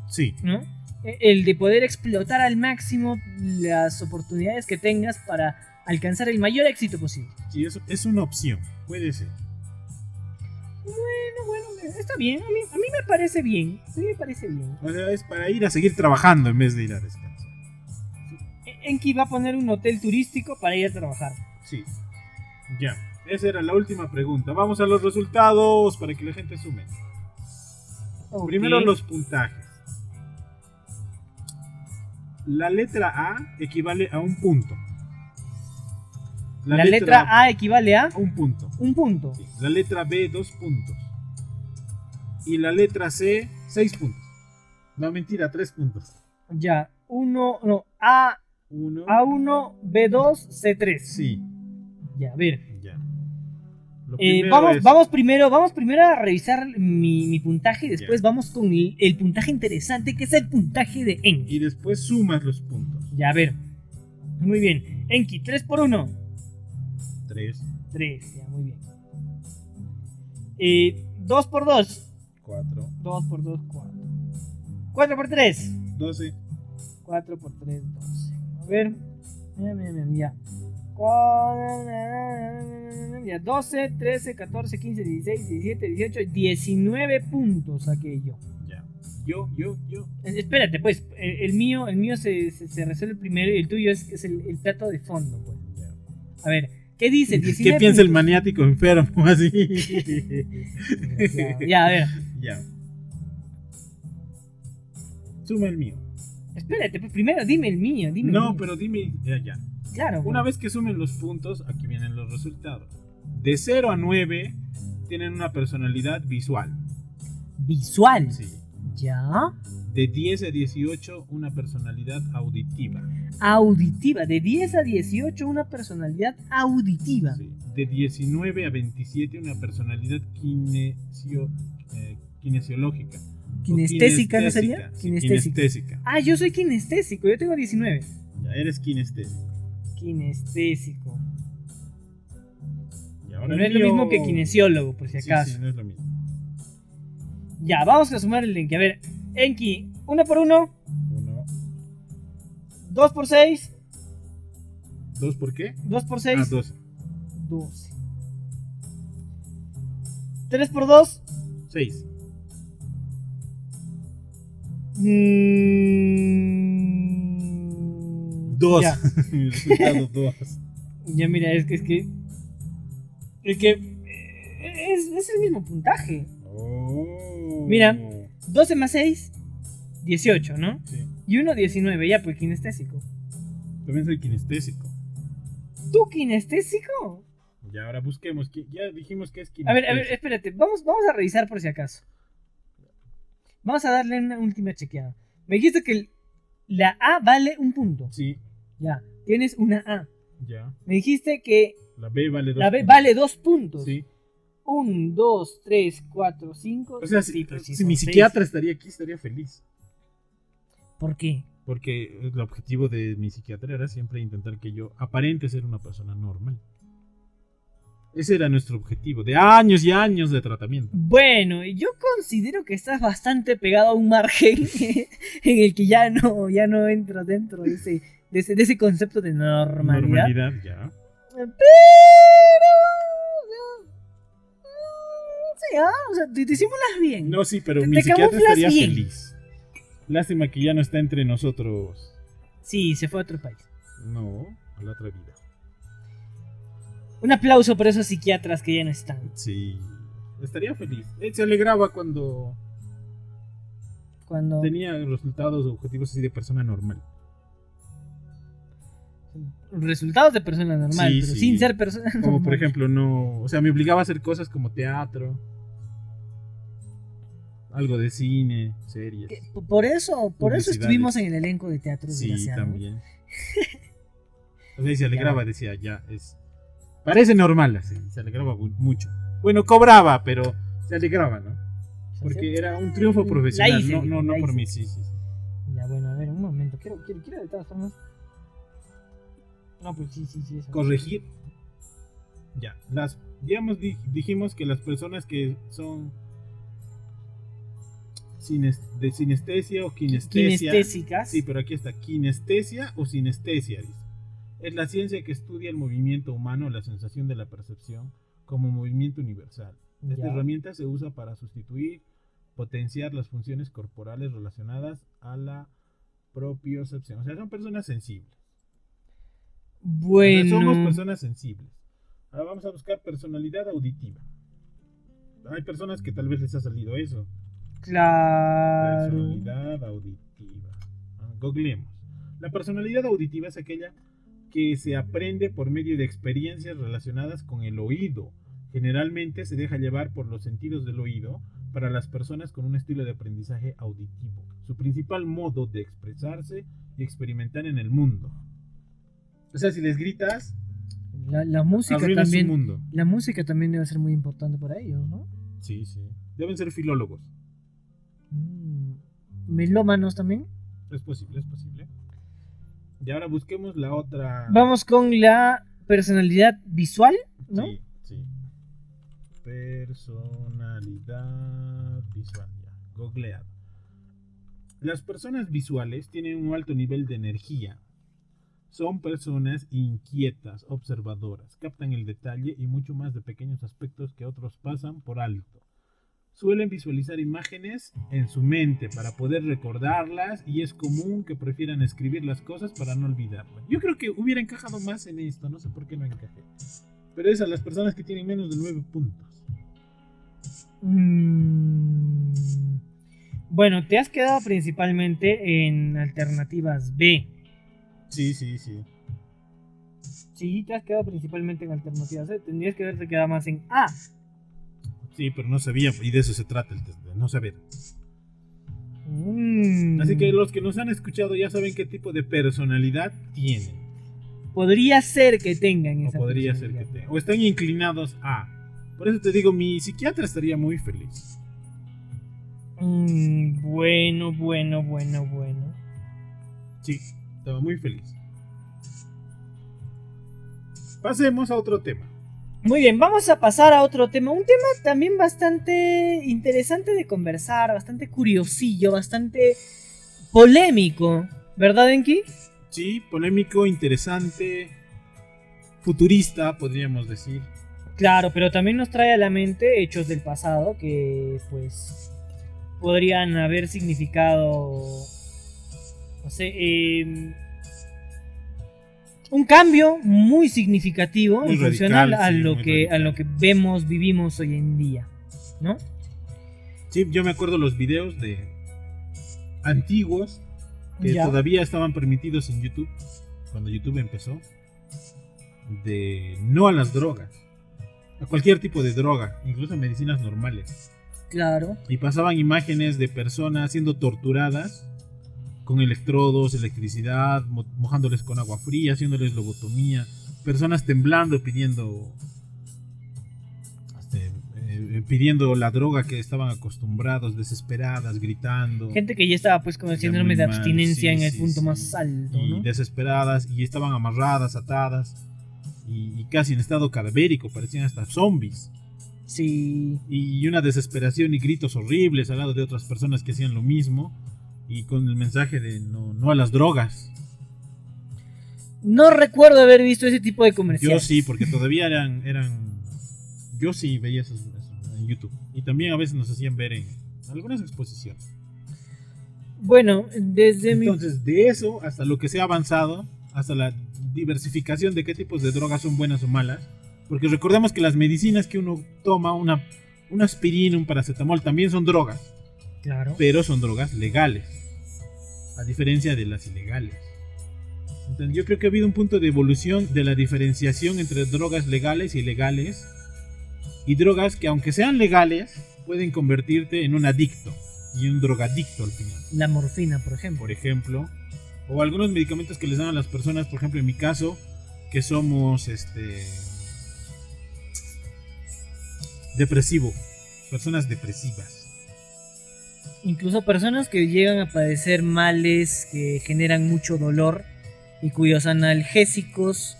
Sí, ¿no? E- El de poder explotar al máximo las oportunidades que tengas para alcanzar el mayor éxito posible. sí es, es una opción. Puede ser. Bueno, bueno, me- está bien, a mí, a mí me parece bien, a mí me parece bien. O sea, es para ir a seguir trabajando en vez de ir a descansar. E- Enki va a poner un hotel turístico para ir a trabajar. Sí. Ya. Esa era la última pregunta. Vamos a los resultados para que la gente sume. Primero Ok. los puntajes. La letra A equivale a un punto. La, letra, A equivale a a un punto. un punto. Sí. La letra B dos puntos. Y la letra C seis puntos. No mentira, tres puntos. Ya, 1, no, A, Uno. Ah, A1, B2, C3. Sí. Ya, a ver. Ya. Lo Eh, primero vamos, es- vamos primero, vamos primero a revisar mi, mi puntaje y después vamos con el, el puntaje interesante que es el puntaje de Enki. Y después sumas los puntos. Ya, a ver. Muy bien. Enki, 3 por 1. Tres, 3, ya, muy bien. Eh, 2 por 2. cuatro, 2 por 2, 4. 4 por 3. doce. 4 por 3, 12. A ver. Ya, ya, ya, ya. Cua- Ya, 12, 13, 14, 15, 16, 17, 18, 19 puntos saqué yo. Ya. Yo, yo, yo. Es- Espérate, pues, el, el mío, el mío se, se, se resuelve primero y el tuyo es, es el, el plato de fondo, pues. A ver, ¿qué dice? ¿Qué 19 piensa el puntos. maniático enfermo así? Ya, ya, a ver. ya. Suma el mío. Espérate, pues primero dime el mío, dime. el No, mío. pero dime. Ya, ya. Claro. Una pues. vez que sumen los puntos, aquí vienen los resultados. De 0 a 9 tienen una personalidad visual. Visual. Sí. Ya. De 10 a 18, una personalidad auditiva. Auditiva. De 10 a 18, una personalidad auditiva. Sí. De 19 a 27, una personalidad kinesio, eh, kinesiológica. O Kinestésica, ¿no sería? kinestésica, sí, Kinestésica. kinestésica. Ah, yo soy kinestésico, yo tengo 19. Ya eres kinestésico. Kinestésico. Y ahora No el es lo mismo mío- que kinesiólogo, por si Sí, acaso. sí, no es lo mismo. Ya, vamos a sumar el link. A ver, Enki, 1 por 1, Uno, 2 por 6, ¿Dos por qué? 2 por Ah, 6, dos. 12. 3 por 2, Seis. 2. mm, Dos. Ya, El resultado dos. ya mira, es que es que. Es que. eh, Es, es el mismo puntaje. Oh. Mira. 12 más 6, 18, ¿no? Sí. Y uno 19, ya, pues kinestésico. También soy kinestésico. ¿Tú kinestésico? Y ahora busquemos. qui- Ya dijimos que es A kinestésico. ver, a ver, espérate. Vamos, vamos a revisar por si acaso. Vamos a darle una última chequeada. Me dijiste que el- la A vale un punto. Sí, Ya, tienes una A. ya. Me dijiste que La B vale dos la B puntos. vale dos puntos. Sí. Un, dos, tres, cuatro, cinco. O sea, sí, si, pues sí si son mi seis. psiquiatra estaría aquí, estaría feliz. ¿Por qué? Porque el objetivo de mi psiquiatra era siempre intentar que yo aparente ser una persona normal. Ese era nuestro objetivo, de años y años de tratamiento. Bueno, yo considero que estás bastante pegado a un margen en el que ya no, ya no entras dentro de ese, de ese, de ese concepto de normalidad. ya. Pero. no, mm, Sí, ah, o sea, te, te simulas bien. No, sí, pero Te- mi te psiquiatra camuflas estaría bien. feliz. Lástima que ya no está entre nosotros. Sí, se fue a otro país. No, a la otra vida. Un aplauso por esos psiquiatras que ya no están. Sí, estaría feliz. Él se alegraba cuando Cuando. tenía resultados objetivos así de persona normal. Resultados de persona normal, Sí, pero sí. sin ser persona normal. Como por ejemplo, no. O sea, me obligaba a hacer cosas como teatro. Algo de cine, series. Que p- Por eso, por eso Publicidades. estuvimos en el elenco de teatro. Sí, desgraciado. también. O sea, y se alegraba, decía, ya, es. Parece normal, así. Se alegraba bu- mucho. Bueno, cobraba, pero se alegraba, ¿no? Porque era un triunfo La profesional, hice, no, no, no la por hice. mí, sí, sí. sí. Ya, bueno, a ver, un momento. Quiero, quiero, quiero de todas formas. No, pues sí, sí, sí. eso. corregir. Ya, las, digamos, di- dijimos que las personas que son sines- de sinestesia o kinestesia. Kinestésicas. este, Sí, pero aquí está, kinestesia o sinestesia, dice. Es la ciencia que estudia el movimiento humano, la sensación de la percepción, como movimiento universal. Esta Ya. herramienta se usa para sustituir, potenciar las funciones corporales relacionadas a la propiocepción. O sea, son personas sensibles. Bueno. Somos personas sensibles. Ahora vamos a buscar personalidad auditiva. Hay personas que tal vez les ha salido eso. Claro. Personalidad auditiva. Ah, Googleemos. La personalidad auditiva es aquella que se aprende por medio de experiencias relacionadas con el oído. Generalmente se deja llevar por los sentidos del oído para las personas con un estilo de aprendizaje auditivo, su principal modo de expresarse y experimentar en el mundo. O sea, si les gritas, La, la música Arruinas su también. mundo. La música también debe ser muy importante para ellos, ¿no? Sí, sí. Deben ser filólogos. Mm. Melómanos también. Es posible, es posible. Y ahora busquemos la otra. Vamos con la personalidad visual, ¿no? Sí, sí. Personalidad visual. Ya. Googleado. Las personas visuales tienen un alto nivel de energía. Son personas inquietas, observadoras, captan el detalle y mucho más de pequeños aspectos que otros pasan por alto. Suelen visualizar imágenes en su mente para poder recordarlas y es común que prefieran escribir las cosas para no olvidarlas. Yo creo que hubiera encajado más en esto, no sé por qué no encajé. Pero es a las personas que tienen menos de 9 puntos. Mm. Bueno, te has quedado principalmente en alternativas B. Sí, sí, sí. Sí, te has quedado principalmente en alternativas B. Tendrías que haberte quedado más en A. Sí, pero no sabía, y de eso se trata el test, de no saber. Mm. Así que los que nos han escuchado ya saben qué tipo de personalidad tienen. podría ser que tengan O esa podría ser que personalidad. tengan. O están inclinados a. Por eso te digo, mi psiquiatra estaría muy feliz. Mm, bueno, bueno, bueno, bueno. Sí, estaba muy feliz. Pasemos a otro tema. Muy bien, vamos a pasar a otro tema. Un tema también bastante interesante de conversar, bastante curiosillo, bastante polémico. ¿Verdad, Enki? Sí, polémico, interesante, futurista, podríamos decir. Claro, pero también nos trae a la mente hechos del pasado que, pues, podrían haber significado, no sé, em, un cambio muy significativo Muy en función al- radical, a, sí, lo muy que, a radical. lo que vemos, vivimos hoy en día, ¿no? Sí, yo me acuerdo los videos de antiguos que Ya. todavía estaban permitidos en YouTube, cuando YouTube empezó, de no a las drogas, a cualquier tipo de droga, incluso medicinas normales. Claro. Y pasaban imágenes de personas siendo torturadas con electrodos, electricidad, mo- mojándoles con agua fría, haciéndoles lobotomía, personas temblando pidiendo este, eh, pidiendo la droga que estaban acostumbrados, desesperadas, gritando Gente que ya estaba pues con el Ya síndrome muy de mal, abstinencia sí, en el sí, punto sí. más alto, y ¿no? desesperadas y estaban amarradas, atadas y, y casi en estado cadavérico, parecían hasta zombies. Sí. Y una desesperación y gritos horribles al lado de otras personas que hacían lo mismo y con el mensaje de no, no a las drogas. No recuerdo haber visto ese tipo de Yo comerciales. Pues sí, porque todavía eran... eran yo sí veía esos, esos en YouTube. Y también a veces nos hacían ver en algunas exposiciones. Bueno, desde mi Entonces, de eso hasta lo que se ha avanzado, hasta la diversificación de qué tipos de drogas son buenas o malas, porque recordemos que las medicinas que uno toma, una, una aspirina, un paracetamol, también son drogas, Claro. pero son drogas legales, a diferencia de las ilegales. Entonces, yo creo que ha habido un punto de evolución de la diferenciación entre drogas legales y ilegales, y drogas que aunque sean legales, pueden convertirte en un adicto y un drogadicto al final La morfina, por ejemplo. por ejemplo, o algunos medicamentos que les dan a las personas, por ejemplo, en mi caso, que somos este depresivo, personas depresivas. Incluso personas que llegan a padecer males que generan mucho dolor y cuyos analgésicos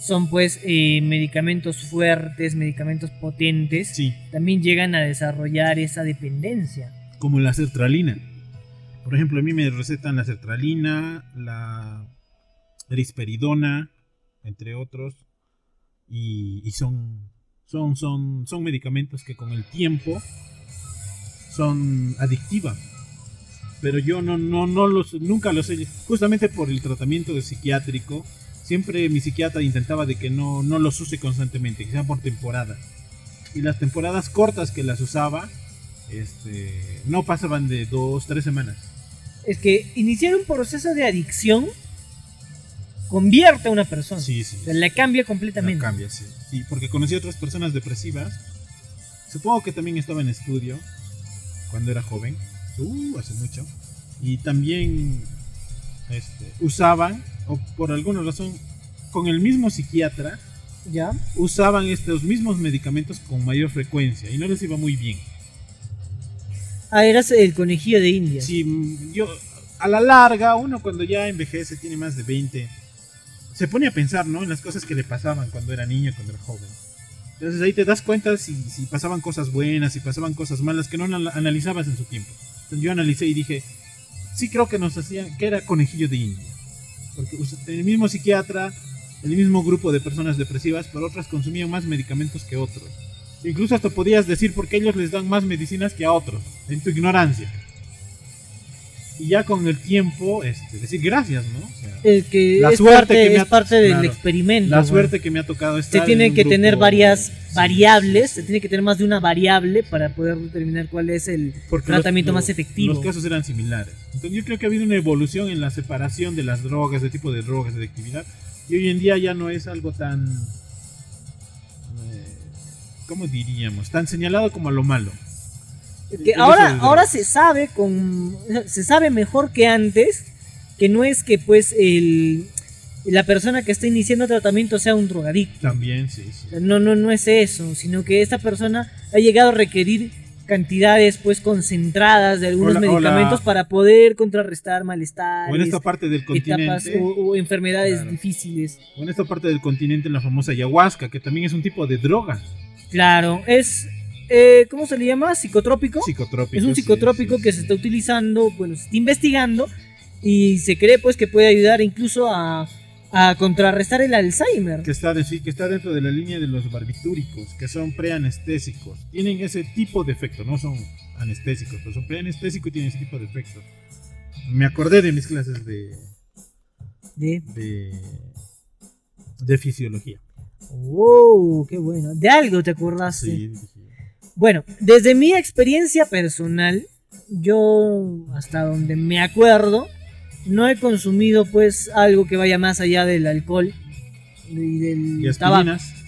son pues eh, medicamentos fuertes, medicamentos potentes, Sí, también llegan a desarrollar esa dependencia. como la sertralina. Por ejemplo, a mí me recetan la sertralina, la risperidona, entre otros, y, y son, son, son, son medicamentos que con el tiempo son adictivas. Pero yo no, no, no los, nunca los he, justamente por el tratamiento psiquiátrico, siempre mi psiquiatra intentaba de que no, no los use constantemente, que sean por temporadas. Y las temporadas cortas que las usaba, este, no pasaban de dos, tres semanas. Es que iniciar un proceso de adicción convierte a una persona. Sí, sí. O sea, la cambia completamente. No cambia, sí. Sí, porque conocí a otras personas depresivas. Supongo que también estaba en estudio cuando era joven. Uh, hace mucho. Y también este, usaban, o por alguna razón, con el mismo psiquiatra, ¿Ya? usaban estos mismos medicamentos con mayor frecuencia y no les iba muy bien. Ah, eras el conejillo de India. Si mm, yo, a la larga, uno cuando ya envejece, tiene más de 20, se pone a pensar, ¿no? En las cosas que le pasaban cuando era niño, cuando era joven. Entonces ahí te das cuenta si, si pasaban cosas buenas, si pasaban cosas malas que no anal- analizabas en su tiempo. Entonces yo analicé y dije, sí creo que nos hacían, que era conejillo de India. Porque us- el mismo psiquiatra, el mismo grupo de personas depresivas, pero otras consumían más medicamentos que otros. Incluso hasta podías decir porque ellos les dan más medicinas que a otros, en tu ignorancia. Y ya con el tiempo, este, decir gracias, ¿no? O sea, El que La es suerte parte, que me es ha- parte del claro. experimento. la güey. suerte que me ha tocado Se estar. en tiene un que grupo- tener varias Sí, variables, sí, se sí. tiene que tener más de una variable para poder determinar cuál es el... Porque tratamiento más efectivo. Los casos eran similares. Entonces yo creo que ha habido una evolución en la separación de las drogas, de tipo de drogas, de actividad. Y hoy en día ya no es algo tan... eh, ¿Cómo diríamos? Tan señalado como a lo malo. El- Que el uso ahora, de ahora drogas. se sabe con se sabe mejor que antes que no es que pues el la persona que está iniciando tratamiento sea un drogadicto. También, sí, sí. No, no, no es eso, sino que esta persona ha llegado a requerir cantidades pues concentradas de algunos Hola, hola. medicamentos para poder contrarrestar malestares, O en esta parte del etapas continente, o, o enfermedades Claro. difíciles. o en esta parte del continente la famosa ayahuasca, que también es un tipo de droga Claro, es eh, ¿cómo se le llama? Psicotrópico. psicotrópica. Es un sí, psicotrópico sí, que sí. se está utilizando, bueno, se está investigando y se cree pues que puede ayudar incluso a, a contrarrestar el Alzheimer. que está, de- sí, que está dentro de la línea de los barbitúricos, que son preanestésicos. Tienen ese tipo de efecto, no son anestésicos, pero son preanestésicos y tienen ese tipo de efecto. Me acordé de mis clases de, De, de, de fisiología. oh, qué bueno. De algo te acordaste. Sí, sí. Bueno, desde mi experiencia personal, yo hasta donde me acuerdo, no he consumido pues algo que vaya más allá del alcohol y del Y tabaco. aspirinas.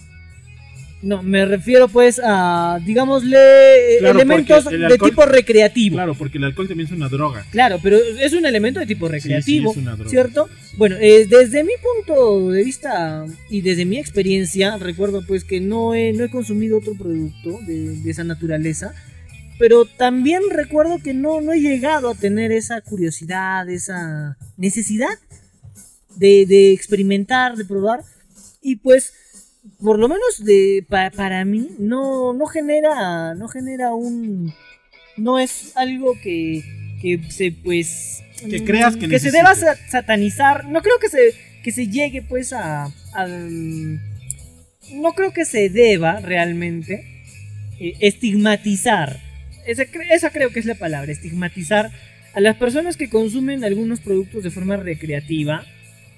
No, me refiero pues a, digámosle, eh, Claro, elementos porque el de alcohol- tipo recreativo. Claro. Claro, porque el alcohol también es una droga. pero es un elemento de tipo Sí, sí, es recreativo, una droga. ¿cierto? Bueno, eh, desde mi punto de vista y desde mi experiencia, recuerdo pues que no he, no he consumido otro producto de, de esa naturaleza, pero también recuerdo que no, no he llegado a tener esa curiosidad, esa necesidad de, de experimentar, de probar, y pues por lo menos de, pa- para mí no, no genera, no genera un... no es algo que, que se pues... Que creas que Que se necesites. deba sa- satanizar, no creo que se, que se llegue pues a... a- no creo que se deba realmente eh, estigmatizar, esa, cre- esa creo que es la palabra, estigmatizar a las personas que consumen algunos productos de forma recreativa,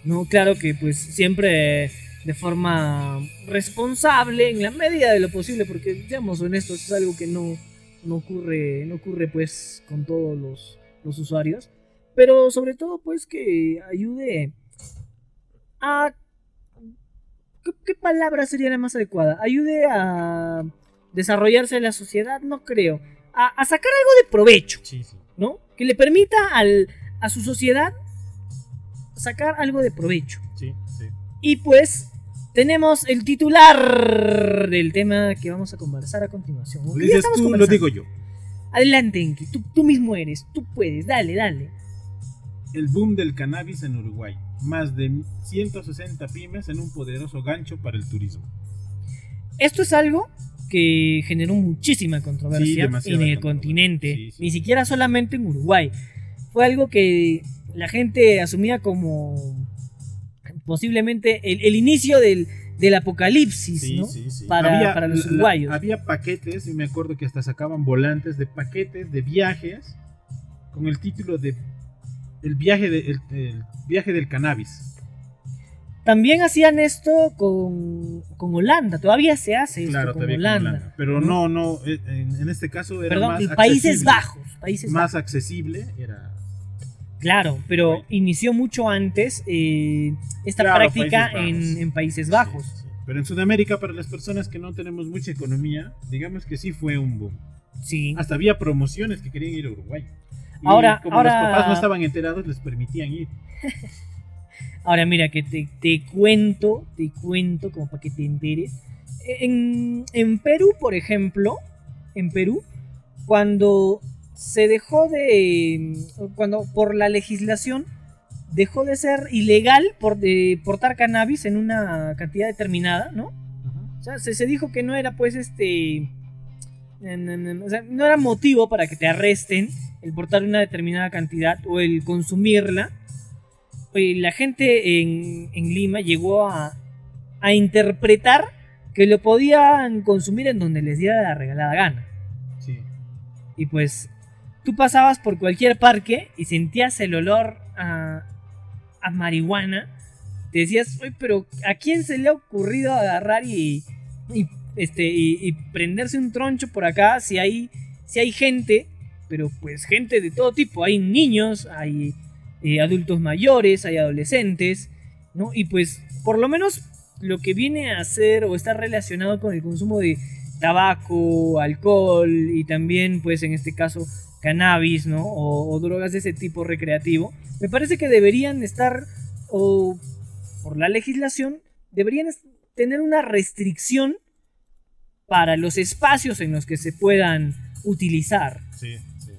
¿no? Claro que pues siempre de forma responsable, en la medida de lo posible, porque seamos honestos, es algo que no, no ocurre, no ocurre pues con todos los, los usuarios, pero sobre todo pues que ayude a... ¿Qué, qué palabra sería la más adecuada? Ayude a desarrollarse la sociedad, no creo. A, a sacar algo de provecho. Sí, sí. ¿no? Que le permita al, a su sociedad sacar algo de provecho. Sí, sí. Y pues tenemos el titular del tema que vamos a conversar a continuación. ¿no? Lo Ya dices estamos tú, lo conversando. digo yo. Adelante, Enki, tú, tú mismo eres, tú puedes, dale, dale. El boom del cannabis en Uruguay. Más de 160 pymes en un poderoso gancho para el turismo. Esto es algo que generó muchísima Sí, controversia demasiada en el controversia. continente, Sí, sí. ni siquiera solamente en Uruguay. Fue algo que la gente asumía como posiblemente el, el inicio del, del apocalipsis, Sí, ¿no? sí, sí. para- para los la- la- uruguayos. había paquetes, y me acuerdo que hasta sacaban volantes de paquetes de viajes con el título de El viaje, de- el, el viaje del cannabis. También hacían esto con, con Holanda, todavía se hace esto Claro, con, todavía con Holanda, Holanda. Pero no, no, eh, en, en este caso era Perdón, más y Países accesible. Bajos, Países Más Bajos. accesible era Claro, pero Uy. inició mucho antes eh, esta Claro, práctica Países en- Bajos. en, Países Bajos. Sí, sí. Pero en Sudamérica, para las personas que no tenemos mucha economía, digamos que sí fue un boom. Sí. Hasta había promociones que querían ir a Uruguay. Y Ahora- como ahora- los papás no estaban enterados, les permitían ir. Ahora mira, que te, te cuento, te cuento como para que te enteres. En, en Perú, por ejemplo, en Perú, cuando se dejó de, cuando por la legislación dejó de ser ilegal por, de portar cannabis en una cantidad determinada, ¿no? O sea, se, se dijo que no era pues este... na, na, na, o sea, no era motivo para que te arresten el portar una determinada cantidad o el consumirla. Eh, la gente en, en Lima llegó a, a interpretar que lo podían consumir en donde les diera la regalada gana. Sí. Y pues tú pasabas por cualquier parque y sentías el olor a, a marihuana. Te decías, "Uy, pero ¿a quién se le ha ocurrido agarrar y, y, este, y, y prenderse un troncho por acá si hay, si hay gente? Pero pues gente de todo tipo. Hay niños, hay eh, adultos mayores, hay adolescentes, ¿no? Y pues por lo menos lo que viene a ser o está relacionado con el consumo de tabaco, alcohol y también, pues en este caso, cannabis, ¿no? O, o drogas de ese tipo recreativo. Me parece que deberían estar, o por la legislación, deberían es- tener una restricción para los espacios en los que se puedan utilizar. Sí, sí.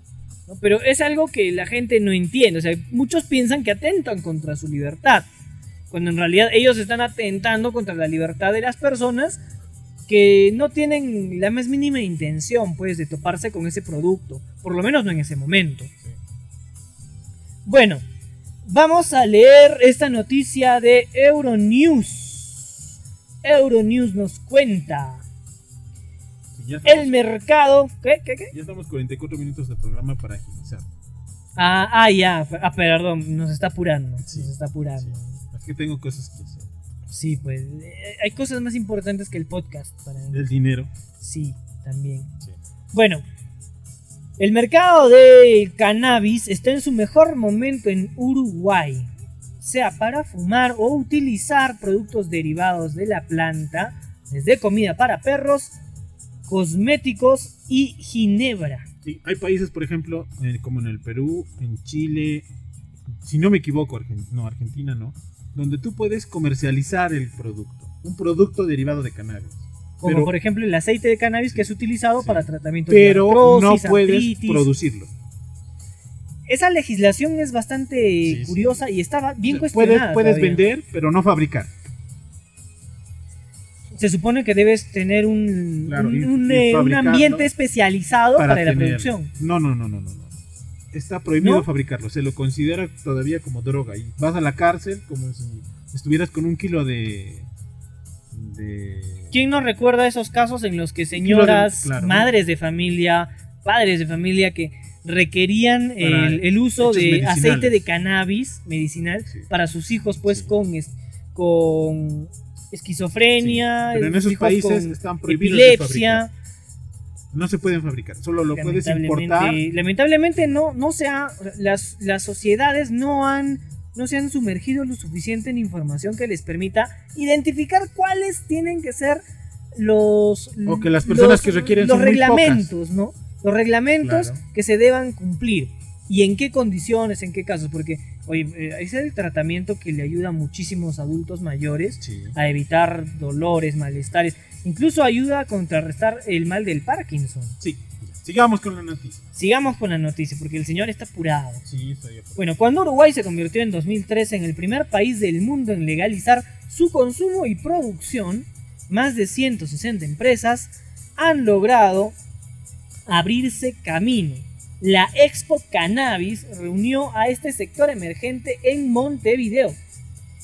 ¿no? Pero es algo que la gente no entiende. O sea, muchos piensan que atentan contra su libertad. Cuando en realidad ellos están atentando contra la libertad de las personas que no tienen la más mínima intención, pues, de toparse con ese producto. Por lo menos no en ese momento. Bueno, vamos a leer esta noticia de Euronews. Euronews nos cuenta. Sí, ya, estamos, El mercado... ¿Qué? ¿Qué? ¿Qué? ya estamos 44 minutos de programa para agilizar. Ah, ah, ya. Ah, perdón, nos está apurando. Sí, nos está apurando. Es que tengo cosas que hacer. Sí, pues. eh, Hay cosas más importantes que el podcast para mí. El dinero. Sí, también. Sí. Bueno, El mercado del cannabis está en su mejor momento en Uruguay, sea para fumar o utilizar productos derivados de la planta, desde comida para perros, cosméticos y ginebra. Sí, hay países, por ejemplo, eh, como en el Perú, en Chile, si no me equivoco, Argen- no, Argentina no, donde tú puedes comercializar el producto, un producto derivado de cannabis. Como Pero- por ejemplo el aceite de cannabis que es utilizado Sí. para tratamiento de Pero no artrosis, puedes artritis. producirlo. Esa legislación es bastante sí. curiosa y estaba bien O sea, puedes cuestionada. puedes todavía. vender, pero no fabricar. Se supone que debes tener un, Claro, un- ir- un, ir eh, un fabricando ambiente especializado para, la tener- producción. No, no, no, no, no. no. Está prohibido ¿No? fabricarlo, se lo considera todavía como droga y vas a la cárcel como si estuvieras con un kilo de... de... ¿Quién no recuerda esos casos en los que Kilos de- señoras, claro. madres de familia, padres de familia que requerían Para el, el uso hechos de medicinales. aceite de cannabis medicinal Sí. para sus hijos, pues Sí. con, es- con esquizofrenia, Pero en sus esos hijos países con están prohibidos de fabricar. epilepsia. No se pueden fabricar, solo lo puedes importar. Lamentablemente, lamentablemente no, no se ha- las, las sociedades no han no se han sumergido lo suficiente en información que les permita identificar cuáles tienen que ser los O que las personas que requieren los son muy reglamentos, ¿no? Los reglamentos Claro. que se deban cumplir y en qué condiciones, en qué casos, porque oye, eh, ese es el tratamiento que le ayuda a muchísimos adultos mayores Sí. a evitar dolores, malestares, incluso ayuda a contrarrestar el mal del Parkinson. Sí. Sigamos con la noticia. Sigamos con la noticia, porque el señor está apurado. Sí, estoy apurado. Bueno, cuando Uruguay se convirtió en 2013 en el primer país del mundo en legalizar su consumo y producción, más de 160 empresas han logrado abrirse camino. La Expo Cannabis reunió a este sector emergente en Montevideo.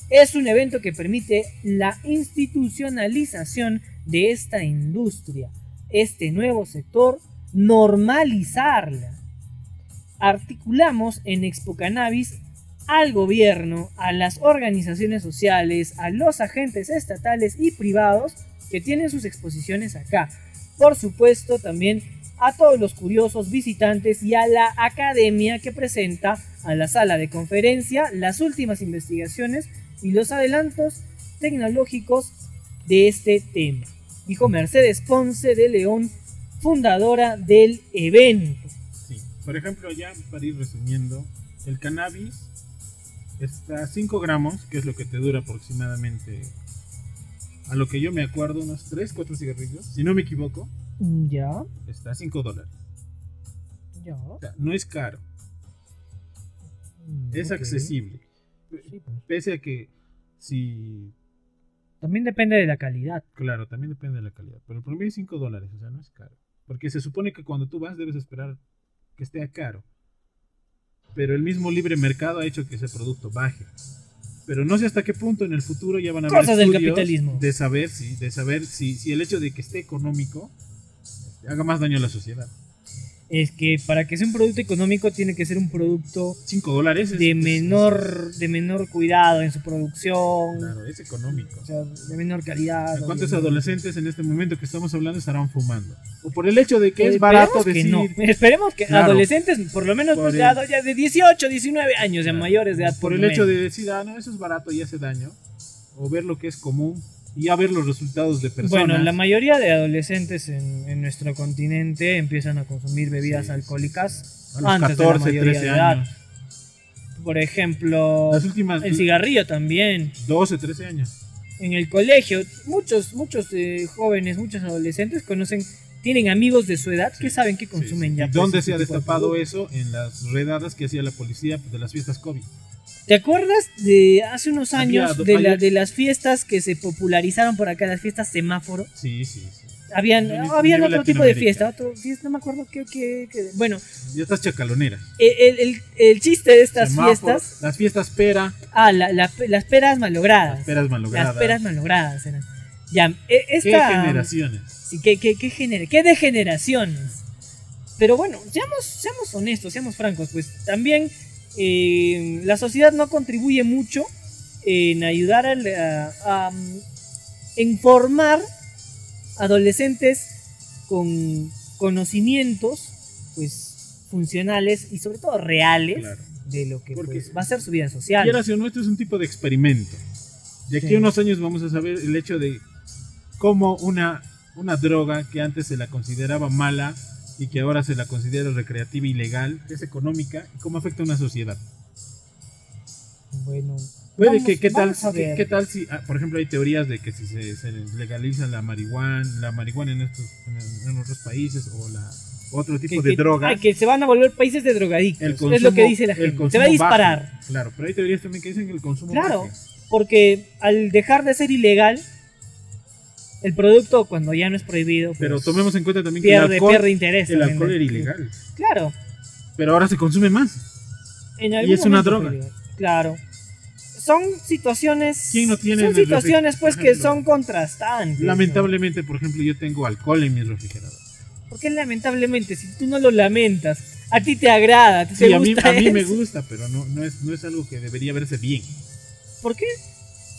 Es un evento que permite la institucionalización de esta industria, este nuevo sector, normalizarla articulamos en Expo Cannabis al gobierno, a las organizaciones sociales, a los agentes estatales y privados que tienen sus exposiciones acá. Por supuesto, también a todos los curiosos, visitantes y a la academia que presenta a la sala de conferencia las últimas investigaciones y los adelantos tecnológicos de este tema. Dijo Mercedes Ponce de León, fundadora del evento. Sí. Por ejemplo, ya para ir resumiendo, el cannabis está a 5 gramos, que es lo que te dura aproximadamente, a lo que yo me acuerdo, unos 3, 4 cigarrillos. Si no me equivoco, Ya. está a 5 dólares. Ya. O sea, no es caro, Mm, es ok. accesible. Sí, pues. Pese a que, si, También depende de la calidad. claro, también depende de la calidad, pero el promedio es 5 dólares, o sea, no es caro. Porque se supone que cuando tú vas debes esperar que esté caro. Pero el mismo libre mercado ha hecho que ese producto baje. Pero no sé hasta qué punto en el futuro ya van a haber Cosas del estudios capitalismo. de saber si, de saber si, si el hecho de que esté económico este, haga más daño a la sociedad. Es que para que sea un producto económico tiene que ser un producto 5 dólares es, de es- menor, de menor cuidado en su producción, claro, es económico. o sea, de menor calidad. ¿Cuántos obviamente. adolescentes en este momento que estamos hablando estarán fumando? O por el hecho de que es Esperemos barato Pues que decir no. Esperemos que Claro. adolescentes, por lo menos Por pues, el- de ado- ya de 18, 19 años, ya Claro. mayores de edad. por el lo hecho menos. de decir, ah, no, eso es barato y hace daño, o ver lo que es común y ya ver los resultados de personas. Bueno, la mayoría de adolescentes en, en nuestro continente empiezan a consumir bebidas Sí, alcohólicas. a los antes de la 14, mayoría 13 de edad. años. Por ejemplo, Las últimas el cigarrillo también. 12, 13 años. en el colegio, muchos, muchos eh, jóvenes, muchos adolescentes conocen, tienen amigos de su edad que Sí, saben que Sí, consumen sí. ya. ¿Y pues, ¿Dónde ese se ha tipo de destapado producto. eso? En las redadas que hacía la policía pues, de las fiestas COVID. ¿Te acuerdas de hace unos Había años do- de, la, ayer- de las fiestas que se popularizaron por acá, las fiestas semáforo? Sí, sí, sí. Habían, Nivel- habían nivel otro tipo de Latinoamérica. fiesta, otro, fiesta, no me acuerdo qué, qué- qué- Bueno, e, Ya estas chacaloneras. el, el- el chiste de estas Semáforos, fiestas, Las fiestas pera, ah, la- la- las peras malogradas. las peras malogradas. Las peras mallogradas eran. Ya, e- ¿Qué esta, generaciones? Sí, qué, qué, qué, gener- qué degeneraciones. Pero bueno, seamos, seamos honestos, seamos francos, pues también eh, la sociedad no contribuye mucho en ayudar al- a, a, mm, en formar adolescentes con conocimientos, pues funcionales y sobre todo reales Claro. de lo que Porque- pues, va a ser su vida social. Quieras o no, esto es un tipo de experimento. De aquí Sí. a unos años vamos a saber el hecho de cómo una, una droga que antes se la consideraba mala y que ahora se la considera recreativa y legal, es económica, y cómo afecta a una sociedad. Bueno, Puede vamos- que, ¿qué tal, vamos a qué, ver. qué tal si, ah, por ejemplo, hay teorías de que si se, se legaliza la marihuana, la marihuana en, estos, en, en otros países o la otro tipo de que- drogas, ay, que se van a volver países de drogadictos. el es lo que consumo- dice la el gente. Se consumo va a disparar. baje. Claro, pero hay teorías también que dicen que el consumo Claro. baje. Porque al dejar de ser ilegal, el producto cuando ya no es prohibido, pues, Pero tomemos en cuenta también que el pierde, alcohol, pierde interés. el también, alcohol ¿no? era ilegal. Claro. Pero ahora se consume más. En es una momento droga. fue ilegal, Claro. Son situaciones. ¿Quién no tiene en son el refri- situaciones pues por que ejemplo? son contrastantes. ¿no? Lamentablemente, por ejemplo, yo tengo alcohol en mi refrigerador. Porque lamentablemente, si tú no lo lamentas, a ti te agrada, a ti Sí, te a mí, gusta a mí me eso. gusta, pero no, no, es, no es algo que debería verse bien. ¿Por qué?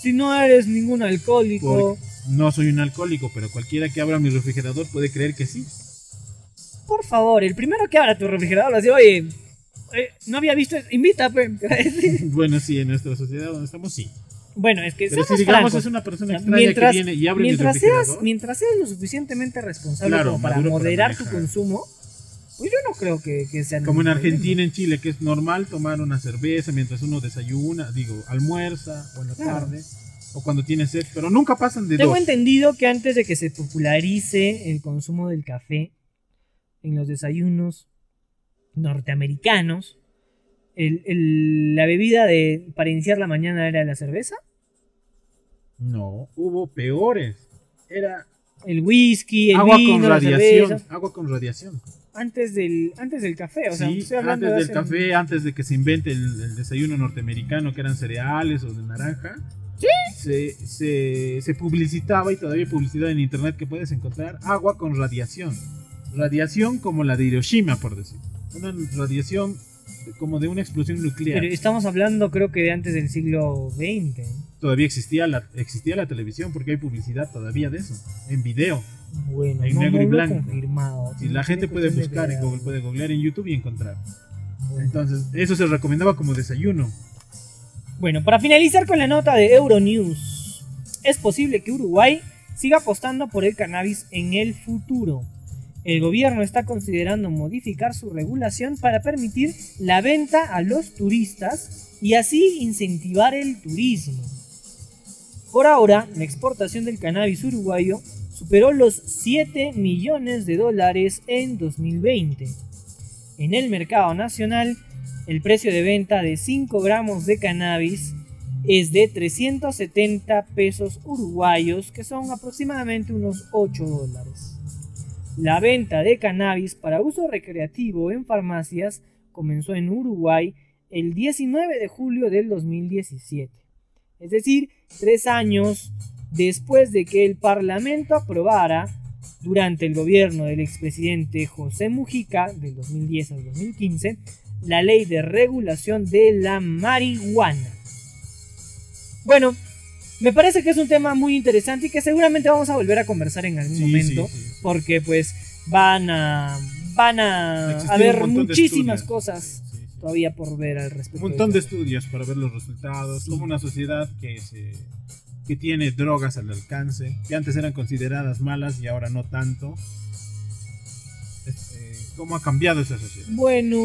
Si no eres ningún alcohólico, No soy un alcohólico, pero cualquiera que abra mi refrigerador puede creer que sí. por favor, el primero que abra tu refrigerador va a decir, oye, eh, no había visto, eso, invita, pues", te va a decir. Bueno, sí, en nuestra sociedad donde estamos, sí. Bueno, es que Pero seamos si digamos francos. es una O persona sea, extraña mientras, que viene y abre mi mientras refrigerador. seas, mientras seas lo suficientemente responsable Claro, como para maduro para moderar tu manejar. consumo, pues yo no creo que, que sea Como en ningún Argentina, en Chile, que es normal tomar una cerveza mientras uno desayuna, digo, almuerza o en la Claro. tarde, o cuando tiene sed, pero nunca pasan de problema. Tengo dos. entendido que antes de que se popularice el consumo del café en los desayunos norteamericanos, el- el- la bebida de, para iniciar la mañana era la cerveza, No, hubo peores. Era el whisky, el agua vino, con la radiación. cerveza, Agua con radiación. antes del, antes del café, o sea, Sí, estoy hablando antes de del hace- café, antes de que se invente el, el desayuno norteamericano, que eran cereales o de naranja. Se, se, se publicitaba y todavía hay publicidad en internet que puedes encontrar agua con radiación. Radiación como la de Hiroshima, por decir. Una radiación como de una explosión nuclear. Pero estamos hablando creo que de antes del siglo XX. Todavía existía la, existía la televisión porque hay publicidad todavía de eso, en video. Bueno, En no, negro no y lo he blanco. confirmado. Y la gente puede buscar en Google, puede googlear en YouTube y encontrar. Bueno. Entonces, eso se recomendaba como desayuno. Bueno, para finalizar con la nota de Euronews, es posible que Uruguay siga apostando por el cannabis en el futuro. El gobierno está considerando modificar su regulación para permitir la venta a los turistas y así incentivar el turismo. Por ahora, la exportación del cannabis uruguayo superó los 7 millones de dólares en 2020. En el mercado nacional, el precio de venta de 5 gramos de cannabis es de 370 pesos uruguayos, que son aproximadamente unos 8 dólares. La venta de cannabis para uso recreativo en farmacias comenzó en Uruguay el 19 de julio del 2017, es decir, tres años después de que el Parlamento aprobara durante el gobierno del expresidente José Mujica del 2010 al 2015 la ley de regulación de la marihuana. Bueno, me parece que es un tema muy interesante y que seguramente vamos a volver a conversar en algún momento porque pues van a van Ah, a Existen un haber montón de muchísimas estudios. cosas Sí, sí, sí. todavía por ver al respecto. Un montón de esto. estudios para ver los resultados, Sí. como una sociedad que se que tiene drogas al alcance, que antes eran consideradas malas y ahora no tanto. Este, ¿Cómo ha cambiado esa sociedad? Bueno,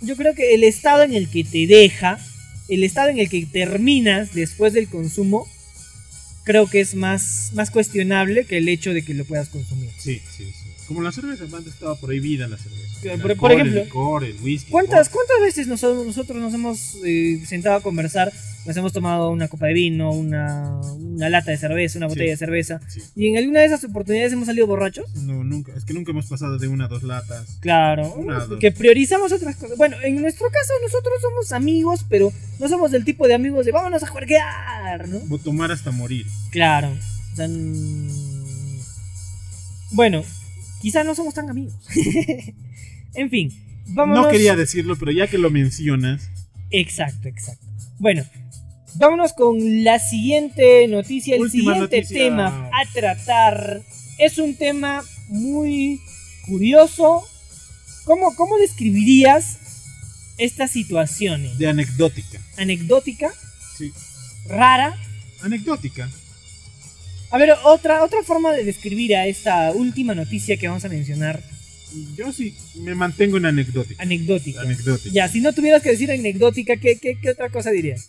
yo creo que el estado en el que te deja, el estado en el que terminas después del consumo, creo que es más, más cuestionable que el hecho de que lo puedas consumir. Sí, sí, sí. Como la cerveza, antes estaba prohibida la cerveza. Claro, El por- por alcohol, ejemplo, el licor, el whisky. ¿Cuántas, cuántas veces nosotros, nosotros nos hemos eh, sentado a conversar? Nos hemos tomado una copa de vino, una, una lata de cerveza, una botella Sí. de cerveza. vodka. Sí. ¿Y en alguna de esas oportunidades hemos salido borrachos? No, nunca. Es que nunca hemos pasado de una a dos latas. Claro, Este, Una, dos. que priorizamos otras cosas. Bueno, en nuestro caso nosotros somos amigos, pero no somos del tipo de amigos de vámonos a juerguear, ¿no? O tomar hasta morir. Claro. o sea, mm, Bueno, quizá no somos tan amigos. en fin, vamos. No quería decirlo, pero ya que lo mencionas, Exacto, exacto. Bueno, vámonos con la siguiente noticia. El Última siguiente noticia. tema a tratar es un tema muy curioso, ¿Cómo, cómo describirías estas situaciones? De anecdótica. Anecdótica, Sí. rara. Anecdótica. A ver, otra, otra forma de describir a esta última noticia que vamos a mencionar, Yo sí me mantengo en anecdótica. anecdótica. Anecdótica. Ya, si no tuvieras que decir anecdótica, ¿qué, qué, qué otra cosa dirías?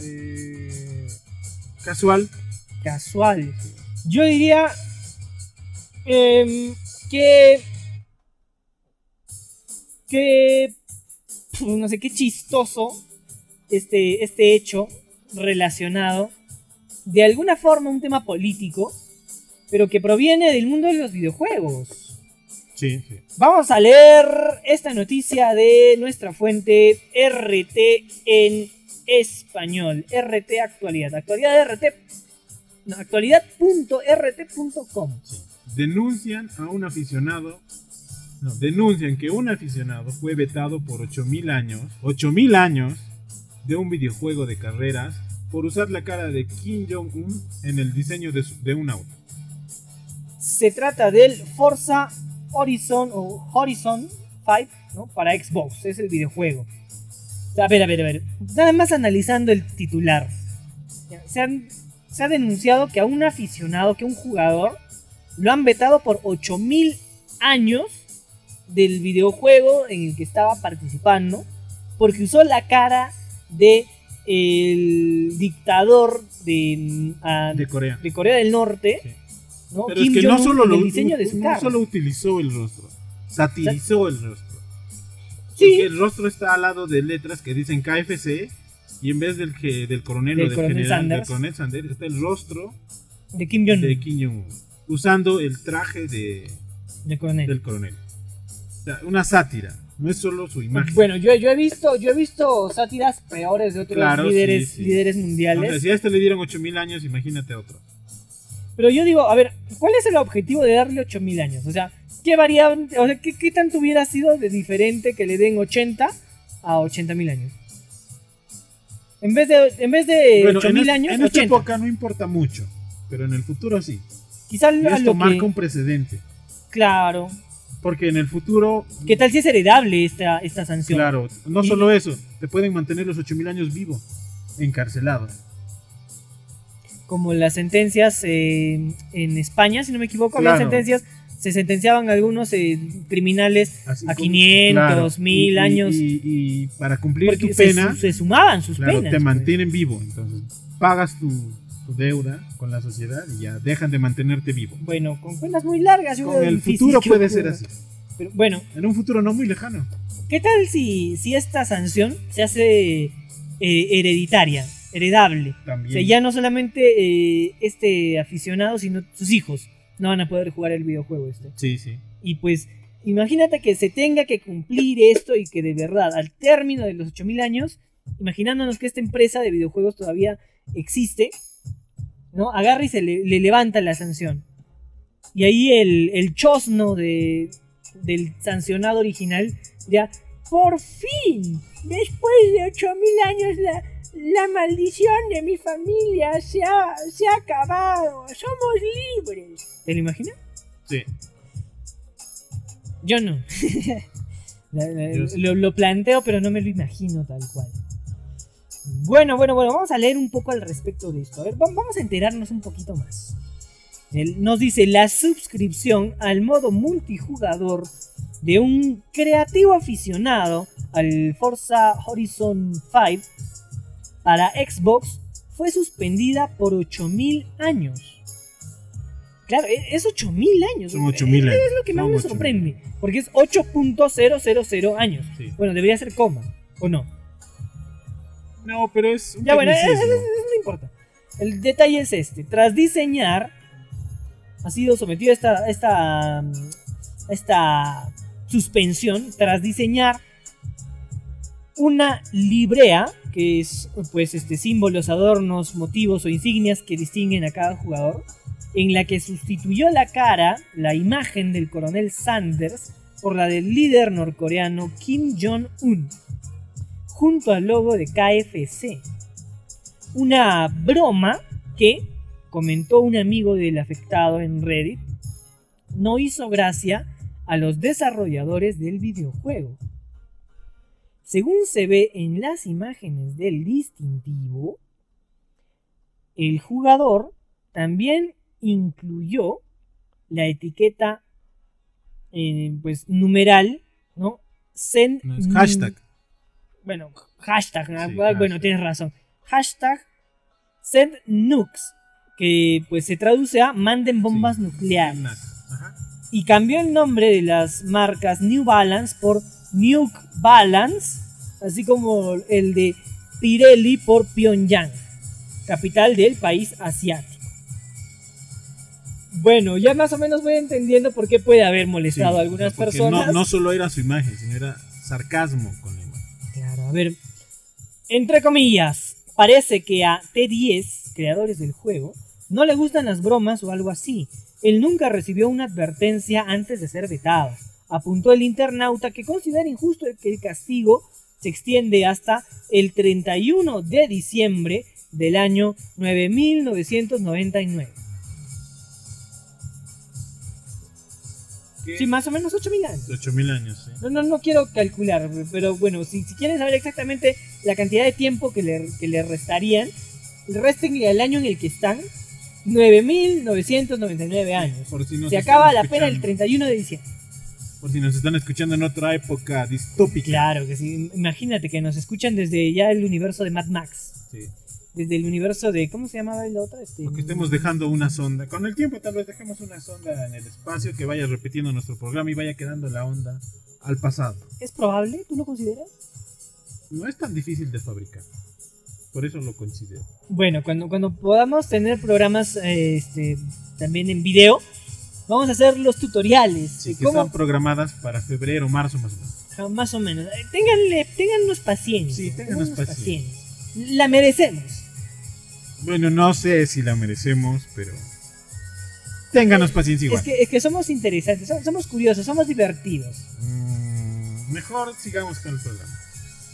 Eh, casual. Casual. Yo diría em, que... Que... pf, No sé, qué chistoso este, este hecho relacionado de alguna forma a un tema político, pero que proviene del mundo de los videojuegos. Sí, sí. Vamos a leer esta noticia de nuestra fuente RT en español. RT Actualidad. Actualidad RT. No, actualidad.rt.com. sí. Denuncian a un aficionado. No, denuncian que un aficionado fue vetado por 8000 años. 8000 años de un videojuego de carreras por usar la cara de Kim Jong-un en el diseño de, su- de un auto. Se trata del Forza Horizon o Horizon 5 ¿no? para Xbox. Es el videojuego. A ver, a ver, a ver. Nada más analizando el titular. Ya, Se, han- se ha denunciado que a un aficionado, que a un jugador, lo han vetado por 8000 años del videojuego en el que estaba participando, porque usó la cara de el dictador de, ah, De Corea. de Corea del Norte. Sí. ¿no? Pero Kim es que no Jong-un solo, en lo, el diseño de su no cara. solo utilizó el rostro, satirizó el rostro. Sí. Porque el rostro está al lado de letras que dicen KFC y en vez del, que, del coronel Del o del coronel general Sanders. del coronel Sanders está el rostro de Kim Jong de de, Kim Jong-un usando el traje de, coronel. del coronel. O sea, una sátira, no es solo su imagen. Bueno, yo, yo he visto, yo he visto sátiras peores de otros Claro, sí, líderes, sí. líderes O sea, mundiales. si a este le dieron 8000 años, imagínate a otro. Pero yo digo, a ver, ¿cuál es el objetivo de darle 8000 años? O sea, ¿qué variante, o sea, ¿qué, qué tanto hubiera sido de diferente que le den 80 a 80.000 años? En vez de, en vez de Bueno, en 8000 es- Eh, años, en esta 80. época no importa mucho, pero en el futuro sí. Quizás Y a esto lo marca que, un precedente. Claro. Porque en el futuro ¿Qué tal si es heredable esta, esta sanción? Claro, no Y- solo eso, te pueden mantener los 8000 años vivo, encarcelado. como las sentencias eh, en España, si no me equivoco, había Claro. sentencias, se sentenciaban algunos eh, criminales Así A como- 500, 1000 y- y- años. Y, y para cumplir porque tu se, pena, su- se sumaban sus claro, penas. te pues. mantienen vivo. Entonces, pagas tu, tu deuda con la sociedad y ya dejan de mantenerte vivo. Bueno, con penas muy largas. yo Con veo el difícil futuro que puede ocurra. ser así. Pero, bueno, En un futuro no muy lejano. ¿qué tal si, si esta sanción se hace eh, hereditaria, heredable? O También. sea, ya no solamente eh, este aficionado, sino sus hijos no van a poder jugar el videojuego este. Sí, sí. Y pues, imagínate que se tenga que cumplir esto y que de verdad, al término de los 8000 años, imaginándonos que esta empresa de videojuegos todavía existe, ¿no? Agarra y se le, le levanta la sanción. Y ahí el, el chosno de, del sancionado original ya, por fin, después de 8000 años la, la maldición de mi familia se ha, se ha acabado, somos libres. ¿Te lo imaginas? Sí. Yo no. La- la- Yo sí. lo, lo planteo, pero no me lo imagino tal cual. Bueno, bueno, bueno, vamos a leer un poco al respecto de esto. A ver, va- vamos a enterarnos un poquito más. Él nos dice la suscripción al modo multijugador de un creativo aficionado al Forza Horizon 5 para Xbox fue suspendida por 8000 años. Claro, e- es 8000 años. Son 8000 años. Es lo que más Son me 8000. sorprende, porque es 8.000 años. Sí. Bueno, debería ser coma, ¿o no? No, pero es un Ya, bueno, tecnicismo. No importa. El detalle es este. Tras diseñar, ha sido sometido a esta, esta, mm, esta suspensión, tras diseñar una librea, que es pues este símbolos, adornos, motivos o insignias que distinguen a cada jugador, en la que sustituyó la cara, la imagen del coronel Sanders por la del líder norcoreano Kim Jong-un, junto al logo de KFC una broma que comentó un amigo del afectado en Reddit. No hizo gracia a los desarrolladores del videojuego. Según se ve en las imágenes del distintivo, el jugador también incluyó la etiqueta eh, pues numeral, ¿no? Zen- No, es hashtag. Bueno, hashtag, ¿no? Sí, Ah, bueno, hashtag. tienes razón. Hashtag send nukes, que pues se traduce a manden bombas Sí. nucleares. Ajá. Y cambió el nombre de las marcas New Balance por Nuke Balance, así como el de Pirelli por Pyongyang, capital del país asiático. Bueno, ya más o menos voy entendiendo por qué puede haber Sí, molestado a algunas o sea, porque personas. No, no solo era su imagen, sino era sarcasmo con la imagen. Claro, a ver. Entre comillas, parece que a T10, creadores del juego, no le gustan las bromas o algo así. Él nunca recibió una advertencia antes de ser vetado. Apuntó el internauta que considera injusto el que el castigo se extiende hasta el 31 de diciembre del año 9999. ¿Qué? Sí, más o menos 8000 años. 8000 años, sí. No, no, no quiero calcular, pero bueno, si, si quieren saber exactamente la cantidad de tiempo que le, que le restarían, restenle al año en el que están 9.999 años. Por si nos Se están acaba la pena el escuchando- 31 de diciembre. Por si nos están escuchando en otra época distópica. Claro que sí, imagínate que nos escuchan desde ya el universo de Mad Max, Sí. desde el universo de, ¿cómo se llamaba el otro? Este, Porque estemos dejando una sonda. Con el tiempo tal vez dejemos una sonda en el espacio que vaya repitiendo nuestro programa y vaya quedando la onda al pasado. ¿Es probable? ¿Tú lo consideras? No es tan difícil de fabricar. Por eso lo considero. Bueno, cuando, cuando podamos tener programas eh, este, también en video, vamos a hacer los tutoriales Sí, de que cómo están programadas para febrero, marzo más o menos. Ah, Más o menos. Eh, Ténganle, téngannos paciencia. Sí, ténganos paciencia. paciencia. La merecemos. Bueno, no sé si la merecemos, pero... Ténganos paciencia igual. Es que, es que somos interesantes, so- somos curiosos, somos divertidos. Mm, mejor sigamos con el programa.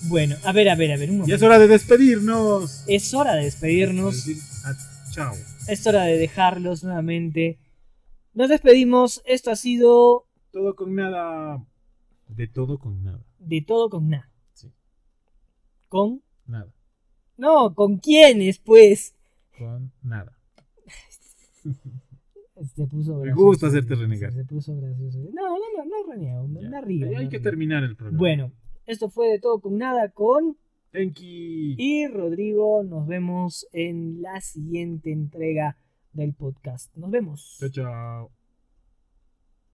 Bueno, a ver, a ver, a ver, un Ya momento. es hora de despedirnos. Es hora de despedirnos, Decir, ah, chao. es hora de dejarlos nuevamente. Nos despedimos, esto ha sido Todo con nada. De todo con nada. de todo con nada. Sí. ¿Con? Nada. No, ¿con quiénes, pues? Con nada. Se puso Me gracioso. gusta hacerte renegar. Se puso gracioso. No, no, no, no reniego, no, Ya. no río, Hay no que río. terminar el programa. Bueno, esto fue de todo con nada con... Enki. Y Rodrigo, nos vemos en la siguiente entrega del podcast. Nos vemos. Chao, chao.